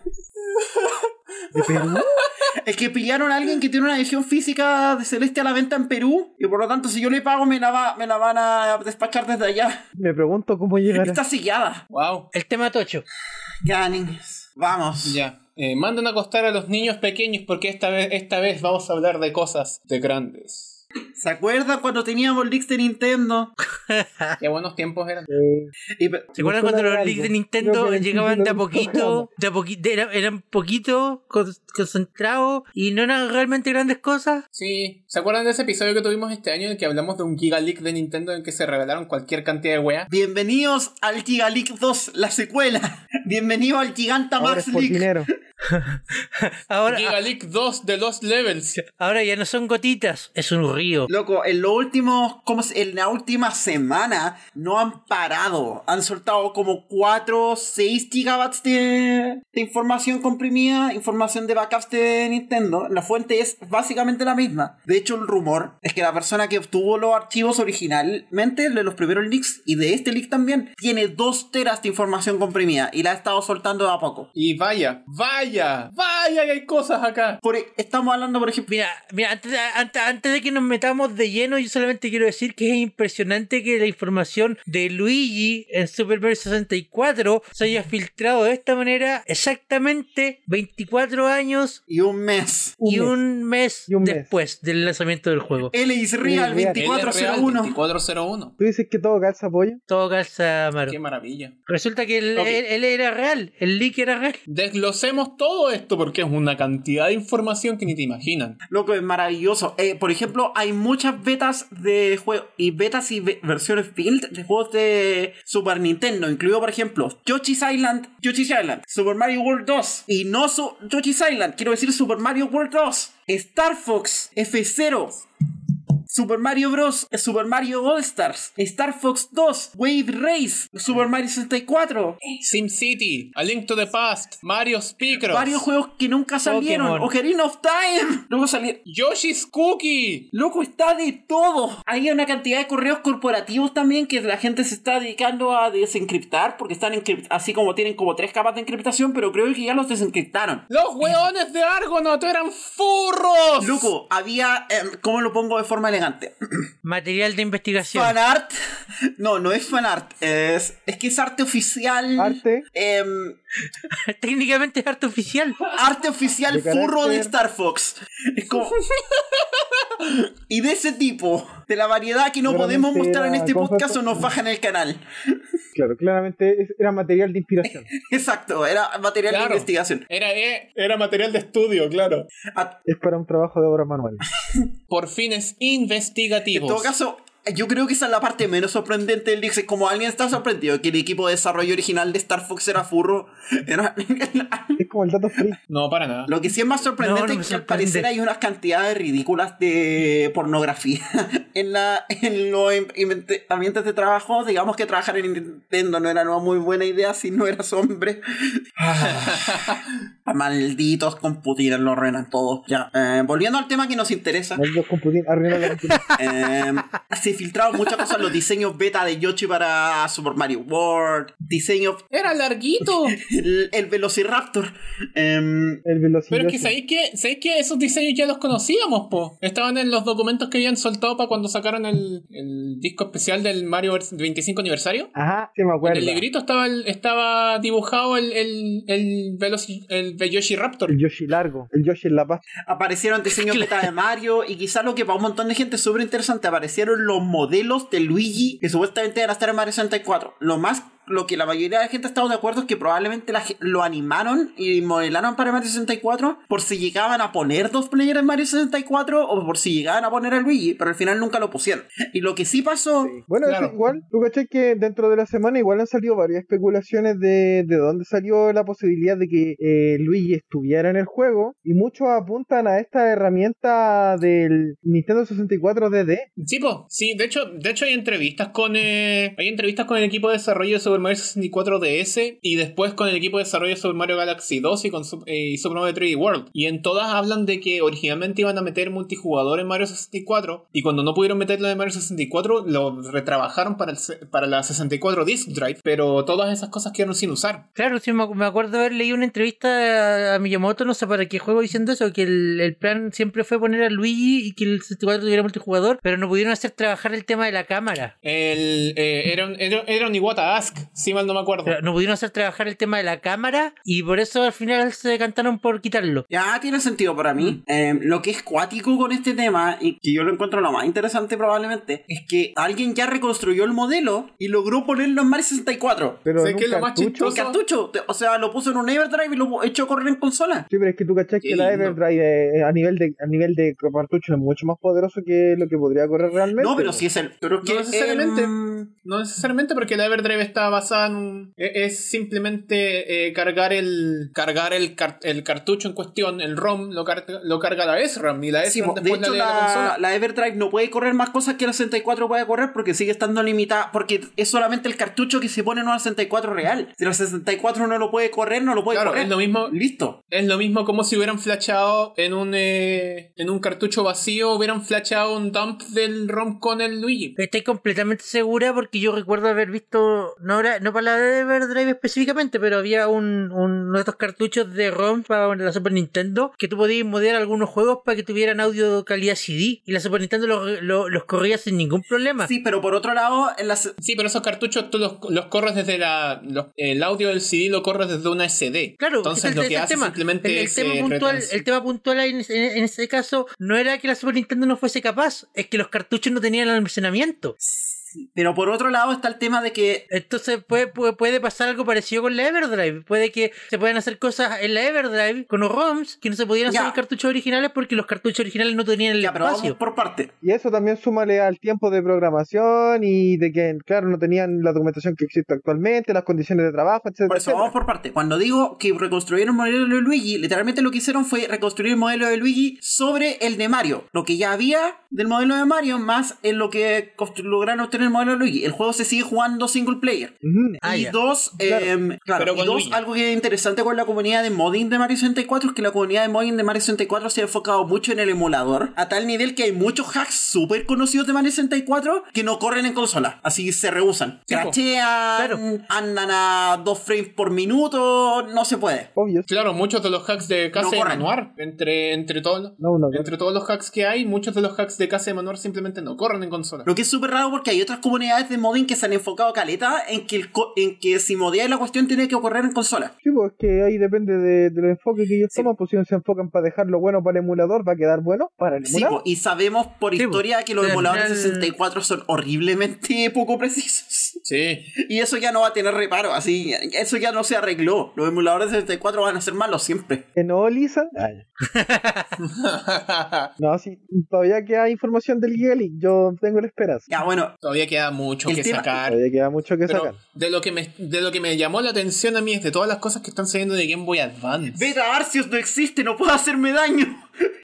¿De [LAUGHS] Perú? Es que pillaron a alguien que tiene una edición física de Celeste a la venta en Perú y por lo tanto si yo le pago me la, va- me la van a despachar desde allá. Me pregunto cómo llegará. Está sellada. Wow. El tema [LAUGHS] tocho. Ya, niños. Vamos. Ya. Eh, manden a acostar a los niños pequeños porque esta vez, esta vez vamos a hablar de cosas de grandes. ¿Se acuerdan cuando teníamos leaks de Nintendo? Qué buenos tiempos eran. Eh, Y pe- ¿Se acuerdan cuando los leaks de Creo Nintendo que en llegaban el de a programa. poquito? De a poquito era- eran poquito, con- concentrados y no eran realmente grandes cosas. Sí, ¿se acuerdan de ese episodio que tuvimos este año en el que hablamos de un Giga Leak de Nintendo en el que se revelaron cualquier cantidad de weas? Bienvenidos al Giga Leak 2, la secuela. [LAUGHS] Bienvenido al Giganta ahora es Max por Leak. dinero. Ahora, ah, Giga Leak 2 de los levels. ahora ya no son gotitas, es un río. Loco, en los últimos, como se- en la última semana no han parado. Han soltado como 4, 6 gigabytes de, de información comprimida, información de backups de Nintendo. La fuente es básicamente la misma. De hecho, el rumor es que la persona que obtuvo los archivos originalmente de los primeros leaks y de este leak también, tiene 2 teras de información comprimida y la ha estado soltando de a poco. Y vaya, vaya, vaya que hay cosas acá. Por, e, estamos hablando, por ejemplo, Mira, mira antes, de, antes, antes de que nos metamos de lleno, yo solamente quiero decir que es impresionante que la información de Luigi en Super Mario 64 se haya filtrado de esta manera exactamente 24 años y un mes. y un mes, Y un mes. después del lanzamiento del juego. L is real Real. Él es real, 2401. 2401. ¿Tú dices que todo calza apoyo? Todo calza, Maru. Qué maravilla. Resulta que él, Ok. él- él era real, el leak era real. Desglosemos todo esto porque es una cantidad de información que ni te imaginan. Loco, es maravilloso. Eh, por ejemplo, hay muchas betas de juego y betas y ve- versiones build de juegos de Super Nintendo, incluido, por ejemplo, Yoshi's Island, Yoshi's Island, Super Mario World 2 y no su Yoshi's Island, quiero decir Super Mario World 2, Star Fox, F0. Super Mario Bros. eh, Super Mario All Stars. Star Fox 2. Wave Race. Super Mario 64. SimCity, A Link to the Past, Mario Speakers, Varios juegos que nunca salieron. Pokémon. Ocarina of Time. Luego salieron. Yoshi's Cookie. Loco, está de todo. Hay una cantidad de correos corporativos también que la gente se está dedicando a desencriptar, porque están encript- así como tienen como tres capas de encriptación, pero creo que ya los desencriptaron. Los hueones de Argonaut eran furros. Loco, había, eh, ¿cómo lo pongo de forma elegante? Material de investigación. Fanart. No, no es fanart. Es, es que es arte oficial. Arte. Em, [LAUGHS] Técnicamente es arte oficial. arte oficial De carácter. furro de Star Fox. Es como... [LAUGHS] y de ese tipo, de la variedad que no Realmente podemos mostrar en era este concepto- podcast o nos bajan el canal. [LAUGHS] Claro, claramente es- era material de [LAUGHS] inspiración. Exacto, era material de Claro. investigación. Era, eh, era material de estudio, claro. A- Es para un trabajo de obra manual. Por fines en investigativos. todo caso, yo creo que esa es la parte menos sorprendente del Dix. Es Como alguien está sorprendido que el equipo de desarrollo original de Star Fox era furro. [LAUGHS] Era- Es como el dato free. [LAUGHS] No, para nada. Lo que sí es más sorprendente No, no me es que al sorprende. parecer hay unas cantidades ridículas de pornografía [LAUGHS] en, la, en los em- invent- ambientes de trabajo. Digamos que trabajar Ah. [LAUGHS] en Nintendo no era una muy buena idea si no eras hombre. Ah, Malditos computadores, lo arruinan todo. Ya, eh, volviendo al tema que nos interesa. Malditos computín, arruinó la computadora. Eh, [LAUGHS] se filtraron muchas cosas en los diseños beta de Yoshi para Super Mario World, diseños, [LAUGHS] Era larguito. el, el Velociraptor. Em, El velocidad. Pero es que sabéis que, sabéis que esos diseños ya los conocíamos, po. Estaban en los documentos que habían soltado para cuando sacaron el, el disco especial del Mario vers- 25 aniversario. Ajá, sí me En acuerdo. el librito estaba, el- estaba dibujado el, el, el, Veloci- el Velociraptor. El Yoshi largo, el Yoshi en la paz. aparecieron diseños beta de Mario y quizás lo que para un montón de gente es súper interesante, aparecieron los modelos de Luigi que supuestamente van a estar en Mario 64. Lo más lo que la mayoría de la gente ha estado de acuerdo es que probablemente la ge- lo animaron y modelaron para Mario 64 por si llegaban a poner dos players en Mario 64 o por si llegaban a poner a Luigi, pero al final nunca lo pusieron. Y lo que sí pasó Bueno, eso Claro. igual, tú cachai que dentro de la semana igual han salido varias especulaciones de, de dónde salió la posibilidad de que eh, Luigi estuviera en el juego y muchos apuntan a esta herramienta del Nintendo 64 DD. Sí, po. sí, de hecho, de hecho hay entrevistas con eh, hay entrevistas con el equipo de desarrollo de Super Mario 64 DS y después con el equipo de desarrollo de Super Mario Galaxy 2 y con Sup- eh, y Super Mario 3D World. Y en todas hablan de que originalmente iban a meter multijugador en Mario 64 y cuando no pudieron meterlo en Mario 64 lo retrabajaron para, el se- para la 64 Disk Drive, pero todas esas cosas quedaron sin usar. Claro, sí, me acu- me acuerdo haber leído una entrevista a- a Miyamoto, no sé para qué juego, diciendo eso, que el, el plan siempre fue poner a Luigi y que el 64 tuviera multijugador, pero no pudieron hacer trabajar el tema de la cámara. El, eh, era, un, era, era un Iwata Ask, si mal no me acuerdo. O sea, No pudieron hacer trabajar el tema de la cámara y por eso al final se decantaron por quitarlo. Ya tiene sentido para mí. Mm. Eh, lo que es cuático con este tema, y que yo lo encuentro lo más interesante probablemente, es que alguien ya reconstruyó el modelo y logró ponerlo en Mario 64. Pero Sé en que un lo más cartucho- chistoso- El cartucho, te- o sea, lo puso en un Everdrive y lo echó a correr en consola. Sí, pero es que tú cachai que Sí, la no. Everdrive eh, a nivel de a nivel de cartucho es mucho más poderoso que lo que podría correr realmente. No, pero si es el. Pero es que No necesariamente. em, No necesariamente porque la Everdrive está basada en un- e- Es simplemente eh, cargar el cargar el, car- el cartucho en cuestión, el ROM, lo, car- lo carga la SRAM y la sí, SRAM po, de después hecho, la lee a la la, consola. la Everdrive no puede correr más cosas que la 64 puede correr porque sigue estando limitada. Porque es solamente el cartucho que se pone en una 64 real. Si la 64 no lo puede correr, no lo puede Claro, correr. es lo mismo, Listo. es lo mismo como si hubieran flashado en un eh, en un cartucho vacío, hubieran flashado un dump del ROM con el Luigi. Estoy completamente segura porque yo recuerdo haber visto, no, era, no para la de Everdrive específicamente, pero había un, un- uno de estos cartuchos de ROM para la Super Nintendo que tú podías modear algunos juegos para que tuvieran audio calidad CD y la Super Nintendo los, los- los corría sin ningún problema. Sí, pero por otro lado, en las... Sí, pero esos cartuchos tú los, los corres desde la. los- el audio del CD lo corres desde una SD. Claro, entonces ese lo es que el hace tema. simplemente el, el es, tema eh, puntual, retrans- el tema puntual ahí en, ese- en ese caso no era que la Super Nintendo no fuese capaz, es que los cartuchos no tenían almacenamiento. pero por otro lado está el tema de que Entonces puede, puede, puede pasar algo parecido con la Everdrive. Puede que se puedan hacer cosas en la Everdrive con los ROMs que no se podían hacer Ya. en cartuchos originales porque los cartuchos originales no tenían el ya, pero vamos espacio. por parte. Y eso también súmale al tiempo de programación y de que, claro, no tenían la documentación que existe actualmente, las condiciones de trabajo, etcétera. Por eso etcétera. vamos por parte. Cuando digo que reconstruyeron el modelo de Luigi, literalmente lo que hicieron fue reconstruir el modelo de Luigi sobre el de Mario. Lo que ya había del modelo de Mario más en lo que constru- lograron obtener el modelo de Luigi. El juego se sigue jugando single player. Ujú. Ah, y ya. dos, Claro. em, claro, Pero y con dos, Luigi. algo que es interesante con la comunidad de modding de Mario 64 es que la comunidad de modding de Mario 64 se ha enfocado mucho en el emulador, a tal nivel que hay muchos hacks súper conocidos de Mario 64 que no corren en consola, así que se rehusan. Sí, po. Crachean, Claro. andan a dos frames por minuto, no se puede. Obvio. Claro, muchos de los hacks de Case corren. Manuar, entre, entre, todos No, no, entre todos los hacks que hay, muchos de los hacks de Case Manuar simplemente no corren en consola. Lo que es súper raro porque hay otras comunidades de modding que se han enfocado caleta en que, el co- en que si modeáis la cuestión tiene que correr en consola. Sí, pues que ahí depende de- del enfoque que ellos Sí. toman, pues si no se enfocan para dejarlo bueno para el emulador, va a quedar bueno para el Sí, po, emulador. y sabemos por Sí, po. historia que los Pero al emuladores de final- 64 son horriblemente [LAUGHS] poco precisos. Sí, [LAUGHS] Y eso ya no va a tener reparo, así, eso ya no se arregló. Los emuladores de 64 van a ser malos siempre. pues. ¿Que no, Lisa? Ah. No, sí, todavía queda información del Giga League, yo tengo la esperanza. Ya, bueno, todavía queda mucho El que tema- sacar. Todavía queda mucho que Pero sacar. de lo que, me, de lo que me llamó la atención a mí es de todas las cosas que están saliendo de Game Boy Advance. Beta Arceus no existe, no puedo hacerme daño. [LAUGHS]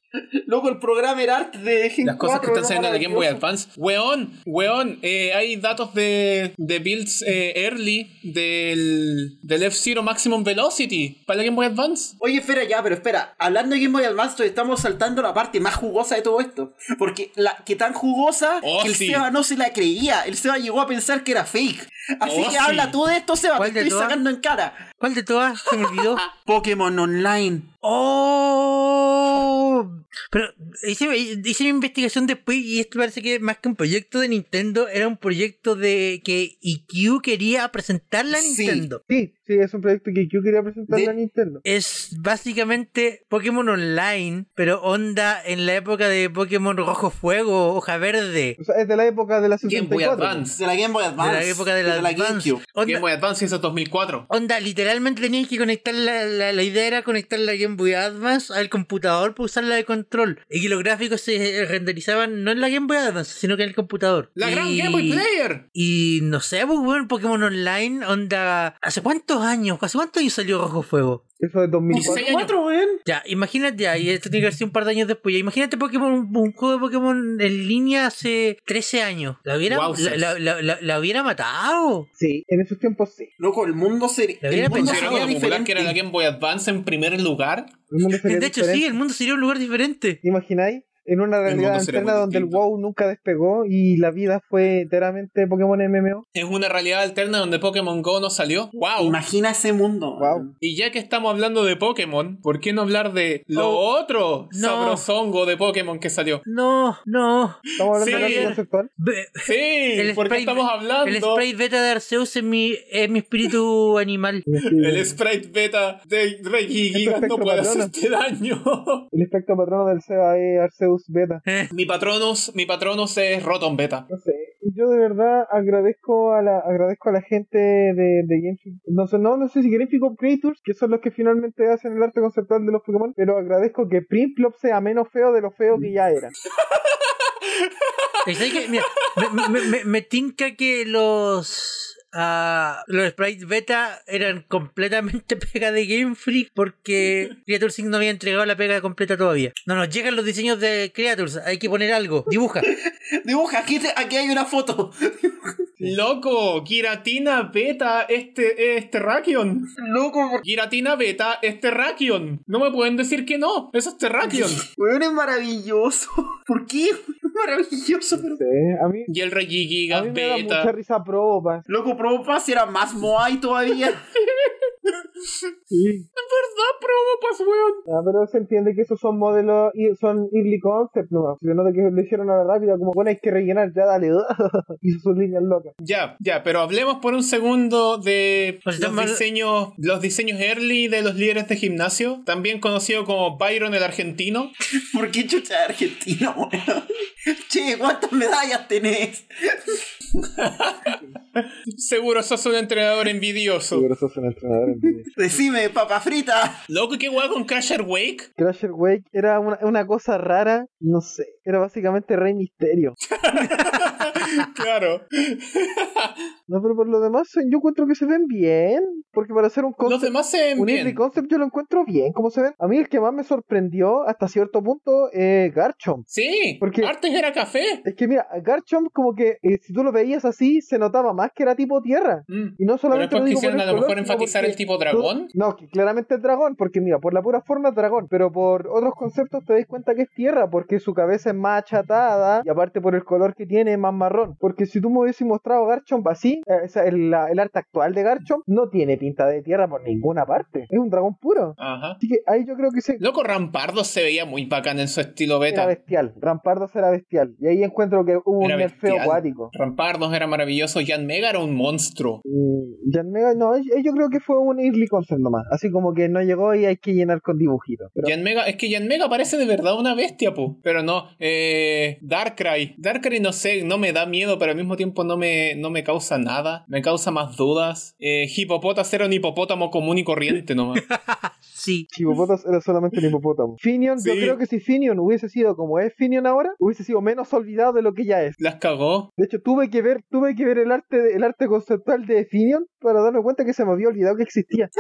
Loco, el programa era arte de Gen Las cosas que 4, están era saliendo de Game Boy maravilloso. Advance. Weón, weón, eh, hay datos de, de builds eh, early del, del F-Zero Maximum Velocity para la Game Boy Advance. Oye, espera ya, pero espera. Hablando de Game Boy Advance, todavía estamos saltando la parte más jugosa de todo esto. Porque la que tan jugosa Oh, que el sí. Seba no se la creía. El Seba llegó a pensar que era fake. Así Oh, que sí. habla tú de esto, Seba. Te ¿Cuál de estoy todas? sacando en cara. ¿Cuál de todas se me [LAUGHS] olvidó? Pokémon Online. ¡Oh! Pero hice, hice mi investigación después y esto parece que más que un proyecto de Nintendo, era un proyecto de que IQ quería presentarla a Sí. Nintendo. Sí, sí, es un proyecto que yo quería presentarle De- a Nintendo. Es básicamente Pokémon Online, pero onda en la época de Pokémon Rojo Fuego, Hoja Verde. O sea, es de la época de la Game Boy 64. Advance. De la Game Boy De Advance. la época de la, Advance. GameCube. Game Onda, Boy Advance hizo 2004. Onda, literalmente tenías que conectar la, la, la idea era conectar la Game Boy Advance al computador para usarla de control. Y que los gráficos se eh, renderizaban no en la Game Boy Advance, sino que en el computador. La Y- gran Game Boy Player. Y no sé, pues bueno, Pokémon Online, onda. ¿Hace cuántos años? ¿Hace cuántos años salió Rojo Fuego? Eso es 2004. 16 años. Cuatro, weón. Ya, imagínate, ya, y esto tiene que haber sido un par de años después. Ya, imagínate Pokémon, un, un juego de Pokémon en línea hace 13 años. La hubiera, Wowzers. la, la- la- la- la hubiera matado. Sí, en esos tiempos sí. Loco, el mundo sería. Le hubiera El mundo pensado Considerando sería lo popular que era la diferente. Game Boy Advance en primer lugar. El mundo sería De hecho, sí, diferente. el mundo sería un lugar diferente. ¿Te imagináis? En una realidad mundo sería alterna muy donde el distinto. WoW nunca despegó y la vida fue enteramente Pokémon MMO. Es una realidad alterna donde Pokémon Go no salió. ¡Wow! Imagina ese mundo. Wow. Y ya que estamos hablando de Pokémon, ¿por qué no hablar de lo Oh, otro no. sabrosongo de Pokémon que salió? No, no. Estamos hablando Sí. de arte conceptual. Ve- Sí, El porque spray- estamos hablando El spray beta de Arceus es mi, es mi espíritu animal. [LAUGHS] El sprite beta de Reggie Gigas no Este espectro puede patrona. hacerte daño. El espectro patrono del SEA es Arceus Beta. [LAUGHS] mi patronus, mi patronus es Rotom Beta. No sé, yo de verdad agradezco a la agradezco a la gente de, de Gamescom- no sé, no, no sé si Gamescom Creators, que son los que finalmente hacen el arte conceptual de los Pokémon, pero agradezco que Primplop sea menos feo de lo feo que ya era. Y sabes que, mira, me, me- me- me- me tinca que los. ah, los sprites beta eran completamente pega de Game Freak porque Creature Sync no había entregado la pega completa todavía. No nos llegan los diseños de Creatures, hay que poner algo, dibuja. Dibuja, aquí, te- aquí hay una foto. Loco, Giratina Beta, este es Terrakion. Loco, porque. Giratina Beta es Terrakion. No me pueden decir que no, eso es [LAUGHS] Terrakion. Weón es maravilloso. [LAUGHS] ¿Por qué? Es maravilloso, pero. No sé, a mí, Y el Reggie a Gigas mí me da mucha Beta. risa Probopass. Loco, Probopass era más Moai todavía. [LAUGHS] Sí. ¿Verdad, Probopass, weón? Ah, pero se entiende que esos son modelos y son early concept nomás. Se nota que lo hicieron a la rápida, como bueno, hay que rellenar, ya dale. [LAUGHS] Hizo sus líneas locas. Ya, ya, pero hablemos por un segundo de Pues los estamos- diseños, los diseños early de los líderes de gimnasio, también conocido como Byron el argentino. ¿Por qué chucha de Argentina, weón? [LAUGHS] Che, ¿cuántas medallas tenés? Seguro sos un entrenador envidioso. Pero sos un entrenador en [LAUGHS] vida. Decime, papa frita. Loco, qué guay con Crasher Wake. Crasher Wake era una, una cosa rara, no sé, era básicamente Rey Misterio. Claro. No, pero por lo demás se- yo encuentro que se ven bien, porque para hacer un Los concept, demás se ven un indie bien. concept yo lo encuentro bien, como se ven. A mí el que más me sorprendió hasta cierto punto es Garchomp. Sí, Porque- antes era café. Es que mira, Garchomp como que eh, si tú lo veías así se notaba más que era tipo tierra. Mm. Y no Pero solamente después lo digo quisieron por a el lo color, mejor sino enfatizar porque el tipo tú- dragón. No, que claramente es dragón, porque mira, por la pura forma es dragón, pero por otros conceptos te das cuenta que es tierra, porque su cabeza es más achatada y aparte por el color que tiene es más marrón. Porque si tú me hubieses mostrado Garchomp así, eh, o sea, el, la- el arte actual de Garchomp no tiene pinta de tierra por ninguna parte. Es un dragón puro. Ajá. Así que ahí yo creo que se... Loco, Rampardo se veía muy bacán en su estilo Era beta. bestial, Rampardo era bestial. Y ahí encuentro que hubo un Era nerfeo bestial. acuático. Rampardos era maravilloso. Jan Mega era un monstruo. Mm, Jan Mega, no, eh, yo creo que fue un early concept nomás. Así como que no llegó y hay que llenar con dibujitos. Pero Jan Mega, es que Jan Mega parece de verdad una bestia, po. Pero no, eh, Darkrai. Darkrai no sé, no me da miedo, pero al mismo tiempo no me, no me causa nada. Me causa más dudas. Eh, Hipopotas era un hipopótamo común y [LAUGHS] corriente nomás. Sí. Chipopotas era solamente un hipopótamo. [LAUGHS] Finion, yo Sí. creo que si Finion hubiese sido como es Finion ahora, hubiese sido menos olvidado de lo que ya es. Las cagó. De hecho, tuve que ver, tuve que ver el arte, de- el arte conceptual de Finion para darme cuenta que se me había olvidado que existía.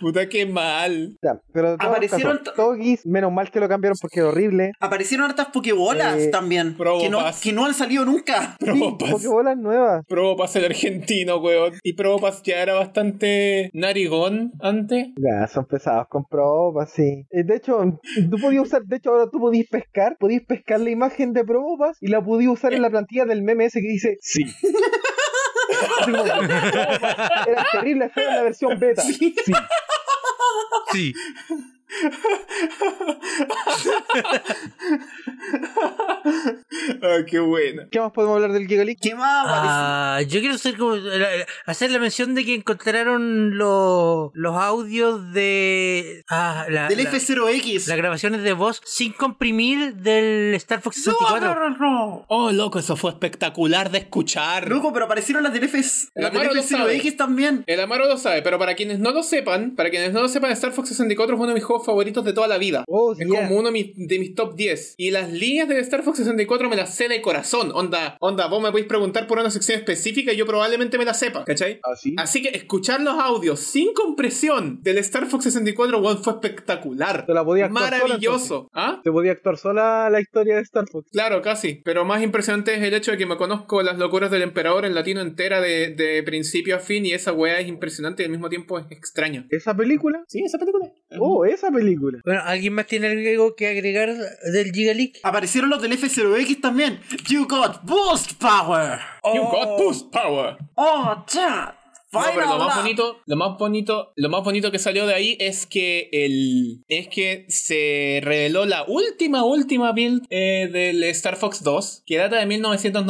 Puta, qué mal. Ya, pero de todos Aparecieron los casos, Togis, menos mal que lo cambiaron porque es [LAUGHS] horrible. Aparecieron hartas Pokébolas Eh, también. Que no, Probopass. que no han salido [LAUGHS] nunca. Sí, Probopass. Pokébolas nuevas. Probopass el argentino, weón. Y Probopass ya era bastante narigón antes. Ya, son pesados con Probopass, sí. Eh, De hecho, tú podías usar, de hecho ahora tú podías pescar, podías pescar la imagen de Probopass y la podías usar en la plantilla del meme ese que dice sí. [LAUGHS] Así como, Probopass era terrible feo en la versión beta. Sí. Sí. Ah, qué buena. ¿Qué más podemos hablar del Giga Leak? ¿Qué más apareció? Ah, yo quiero hacer, como, eh, hacer la mención de que encontraron los los audios de. Ah, la, Del la- F0X. las grabaciones de voz sin comprimir del Star Fox No, 64. no, no, no. Oh, loco, eso fue espectacular de escuchar. Loco, pero aparecieron las del, F La las del Maro lo F0X sabe. también. El Amaro lo sabe, pero para quienes no lo sepan, para quienes no lo sepan, Star Fox 64 es uno de mis juegos favoritos de toda la vida. Oh, Es yeah. como uno de mis, de mis top 10. Y las líneas de Star Fox 64 me las sé de corazón. Onda, onda, vos me podéis preguntar por una sección específica y yo probablemente me la sepa, ¿cachai? Así. Así que escuchar los audios sin compresión del Star Fox 64 weón, fue espectacular. Te la podías actuar sola, Maravilloso. ¿Ah? Se podía actuar sola la historia de Star Fox. Claro, casi. Pero más impresionante es el hecho de que me conozco las locuras del emperador en latino entera de, de principio a fin y esa weá es impresionante y al mismo tiempo es extraño. ¿Esa película? Sí, esa película. Oh, esa película. Bueno, ¿alguien más tiene algo que agregar del Giga Leak? Aparecieron los del F0X también. You got boost power. You got boost power. Oh, chat. No, pero Final lo más lap. bonito, lo más bonito, lo más bonito que salió de ahí es que el es que se reveló la última última build eh, del Star Fox 2, que data de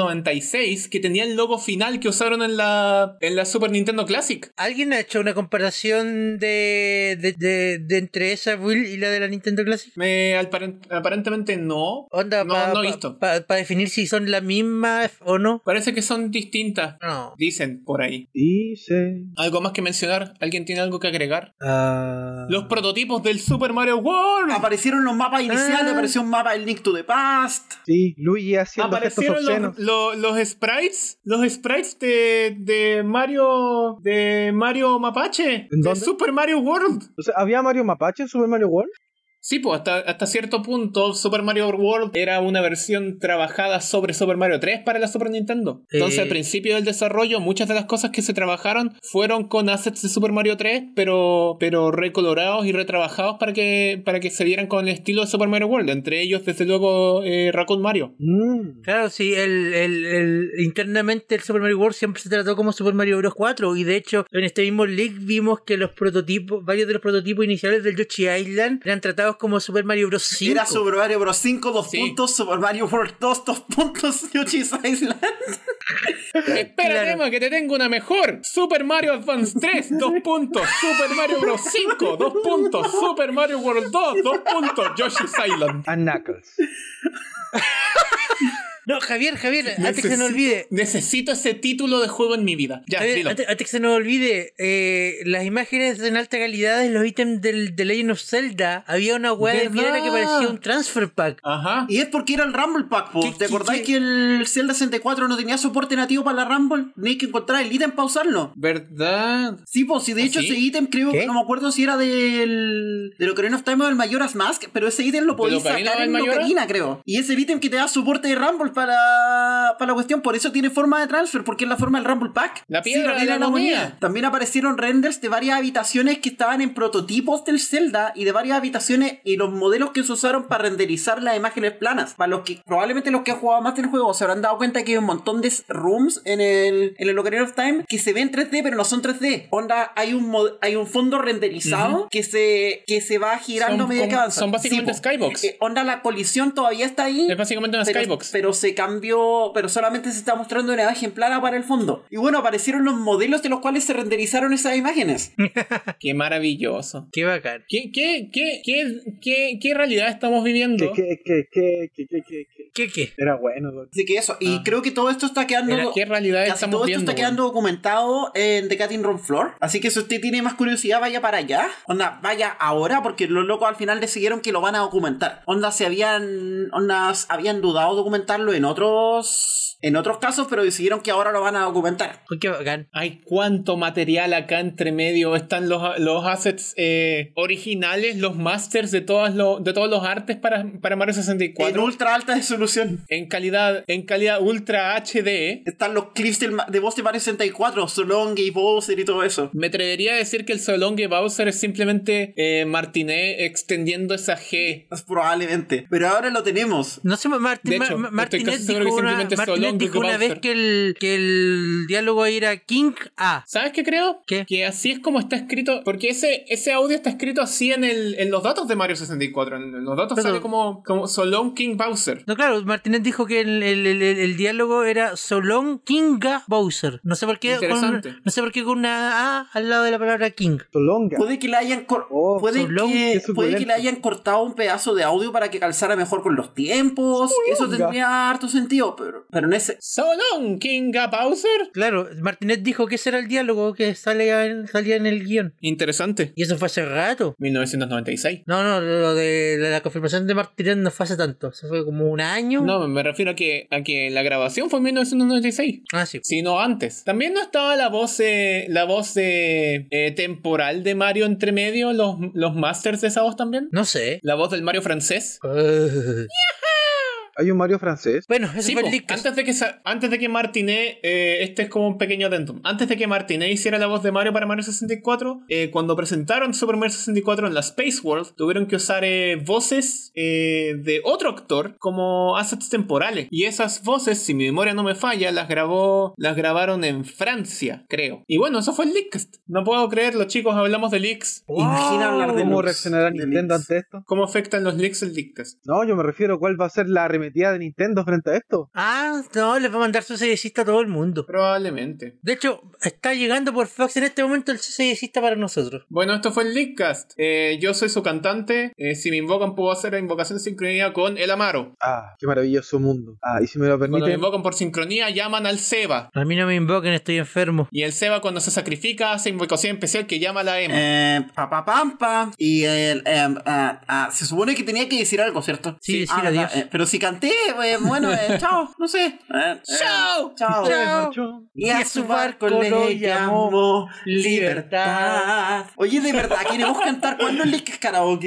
1996, que tenía el logo final que usaron en la en la Super Nintendo Classic. ¿Alguien ha hecho una comparación de, de, de- de entre esa build y la de la Nintendo Classic? Me aparen- aparentemente no. Onda, no, para no he visto. definir si son la misma o no. Parece que son distintas. No. Dicen por ahí. Dice. ¿Algo más que mencionar? ¿Alguien tiene algo que agregar? Ah. Los prototipos del Super Mario World. Aparecieron los mapas iniciales, Ah. apareció un mapa del Link to the Past. Sí, Luigi haciendo gestos Aparecieron obscenos. los, lo- los sprites, los sprites de, de Mario, de Mario Mapache, ¿En de dónde? Super Mario World. O sea, ¿había Mario Mapache en Super Mario World? Sí, pues hasta, hasta cierto punto Super Mario World era una versión trabajada sobre Super Mario 3 para la Super Nintendo. Entonces Eh. al principio del desarrollo muchas de las cosas que se trabajaron fueron con assets de Super Mario 3, pero, pero recolorados y retrabajados para que, para que se vieran con el estilo de Super Mario World. Entre ellos, desde luego, eh, Raccoon Mario. Mm. Claro, sí, el, el, el- internamente el Super Mario World siempre se trató como Super Mario Bros. 4 y de hecho en este mismo leak vimos que los prototipos, varios de los prototipos iniciales del Yoshi Island eran tratados como Super Mario Bros. 5. Era Super Mario Bros. 5, 2 Sí. puntos, Super Mario World 2, 2 puntos, [LAUGHS] Yoshi's Island. Espera, Claro. Remo, que te tengo una mejor. Super Mario Advance 3, dos puntos. Super Mario Bros. 5, dos puntos. Super Mario World 2, dos puntos. Yoshi's Island. A Ah, Knuckles. No, Javier, Javier, antes que se Necesito- nos olvide, Necesito ese título de juego en mi vida. Ya, Eh, Javier, dilo. antes, antes que se nos olvide, eh, las imágenes en alta calidad de los ítems del, de Legend of Zelda, había una hueá de ¿Verdad? piedra que parecía un transfer pack. Ajá. Y es porque era el Rumble Pack, po. ¿Qué- ¿Te qué- acordáis qué? que el Zelda 64 no tenía soporte nativo para la Rumble? Ni que encontrar el ítem para usarlo. ¿Verdad? Sí, pues, si de ¿Ah, hecho sí? ese ítem creo, ¿Qué? no me acuerdo si era del, del Ocarina of Time o del Majora's Mask, pero ese ítem lo podéis Ocarina sacar o en del Majora? Ocarina, creo. Y es el ítem que te da soporte de Rumble para, para la cuestión, por eso tiene forma de transfer, porque es la forma del Rumble Pack. La piedra de la moneda. armonía. También aparecieron renders de varias habitaciones que estaban en prototipos del Zelda y de varias habitaciones y los modelos que se usaron para renderizar las imágenes planas. Para los que, probablemente los que han jugado más del juego se habrán dado cuenta que hay un montón de rooms en el, en el Ocarina of Time que se ven 3D pero no son 3D. Onda, hay un, mod- hay un fondo renderizado que, se, que se va girando a Son medida que como- avanza. son básicamente po. skybox. Eh, onda, la colisión todavía está ahí. Es básicamente una pero, skybox. pero se cambió, pero solamente se está mostrando una imagen plana para el fondo. Y bueno, aparecieron los modelos de los cuales se renderizaron esas imágenes. Mm. Qué maravilloso. Qué bacán. ¿Qué, qué, qué, qué, qué, qué realidad estamos viviendo? Que, que, que, que, que, que, que, que. queque. Era bueno, weón. Así que eso, y Ah. creo que todo esto está quedando. Mira, ¿Qué realidad Casi estamos todo esto viendo? está quedando documentado en The Cutting Room Floor. Así que si usted tiene más curiosidad, vaya para allá. Onda, vaya ahora, porque los locos al final decidieron que lo van a documentar. Onda, se habían. Onda, habían dudado documentarlo en otros. En otros casos, pero decidieron que ahora lo van a documentar. Uy, qué bacán. Hay cuánto material acá entre medio. Están los, los assets eh, originales, los masters de, todas lo- de todos los artes para, para Mario En 64. ultra alta [LAUGHS] resolución. En calidad, en calidad ultra HD. Están los clips del ma- de voz de Mario 64, Solong y Bowser y todo eso. Me atrevería a decir que el Solongue Bowser es simplemente eh, Martinet extendiendo esa G. Probablemente. Pero ahora lo tenemos. No sé, Martín, De hecho, Ma- Ma- estoy Martínez casi seguro dijo que una, simplemente es Martínez Solongo dijo que una Bowser. vez que el, que el diálogo era King A. ¿Sabes qué creo? ¿Qué? Que así es como está escrito. Porque ese, ese audio está escrito así en, el, en los datos de Mario 64. En, en los datos Pero- sale como, como Solon King Bowser. No, claro, Martínez dijo que el, el- el- el- el diálogo era Solón Kinga Bowser. No sé por qué con, Interesante. no sé por qué con una A al lado de la palabra King. Solonga. Puede que le hayan, cor- Oh, puede Solón, que, qué puede que suculento. le hayan cortado un pedazo de audio para que calzara mejor con los tiempos. Eso tendría harto sentido, pero, pero en ese. Solon King Bowser. Claro, Martínez dijo que ese era el diálogo que salía en, salía en el guión. Interesante. Y eso fue hace rato. 1996. No, no, lo de la la confirmación de Martínez no fue hace tanto. Eso fue como un año. No, me refiero a que, a que la grabación fue en 1996. Ah, sí. Sino antes. También no estaba la voz eh, la voz eh, eh, temporal de Mario entre medio, los, los masters de esa voz también. No [LAUGHS] sé. La voz del Mario francés. Eh. Hay un Mario francés. Bueno, eso Sí, fue po, el leak. antes de que sa- antes de que Martinet, eh, este es como un pequeño addendum. Antes de que Martinet hiciera la voz de Mario para Mario 64, eh, cuando presentaron Super Mario 64 en la Space World, tuvieron que usar eh, voces eh, de otro actor como assets temporales. Y esas voces, si mi memoria no me falla, las grabó, las grabaron en Francia, creo. Y bueno, eso fue el leak. No puedo creerlo, chicos. Hablamos de leaks. Imagina hablar de ¿Cómo looks, reaccionará de Nintendo leaks. ante esto? ¿Cómo afectan los leaks el leakcast? No, yo me refiero a cuál va a ser la arremetida de Nintendo frente a esto. Ah, no, les va a mandar su sellecista a todo el mundo. Probablemente. De hecho, está llegando por Fox en este momento el sellecista para nosotros. Bueno, esto fue el Leakcast. Eh, yo soy su cantante. Eh, si me invocan, puedo hacer la invocación de sincronía con el Amaro. Ah, qué maravilloso mundo. Ah, y si me lo Cuando me permiten, invocan por sincronía, llaman al Seba. A mí no me invoquen, estoy enfermo. Y el Seba, cuando se sacrifica, hace invocación especial que llama a la Emma. Eh, pa, pa, pam, pam. Y el, em, ah, ah, se supone que tenía que decir algo, ¿cierto? Sí, decir ah, adiós. eh, pero si canté, eh, bueno, eh, chao, no sé. Eh, eh, ¡Chao! chao. marchó. Y a su barco le llamó Libertad. Oye, de verdad, queremos cantar. ¿Cuándo el leak karaoke?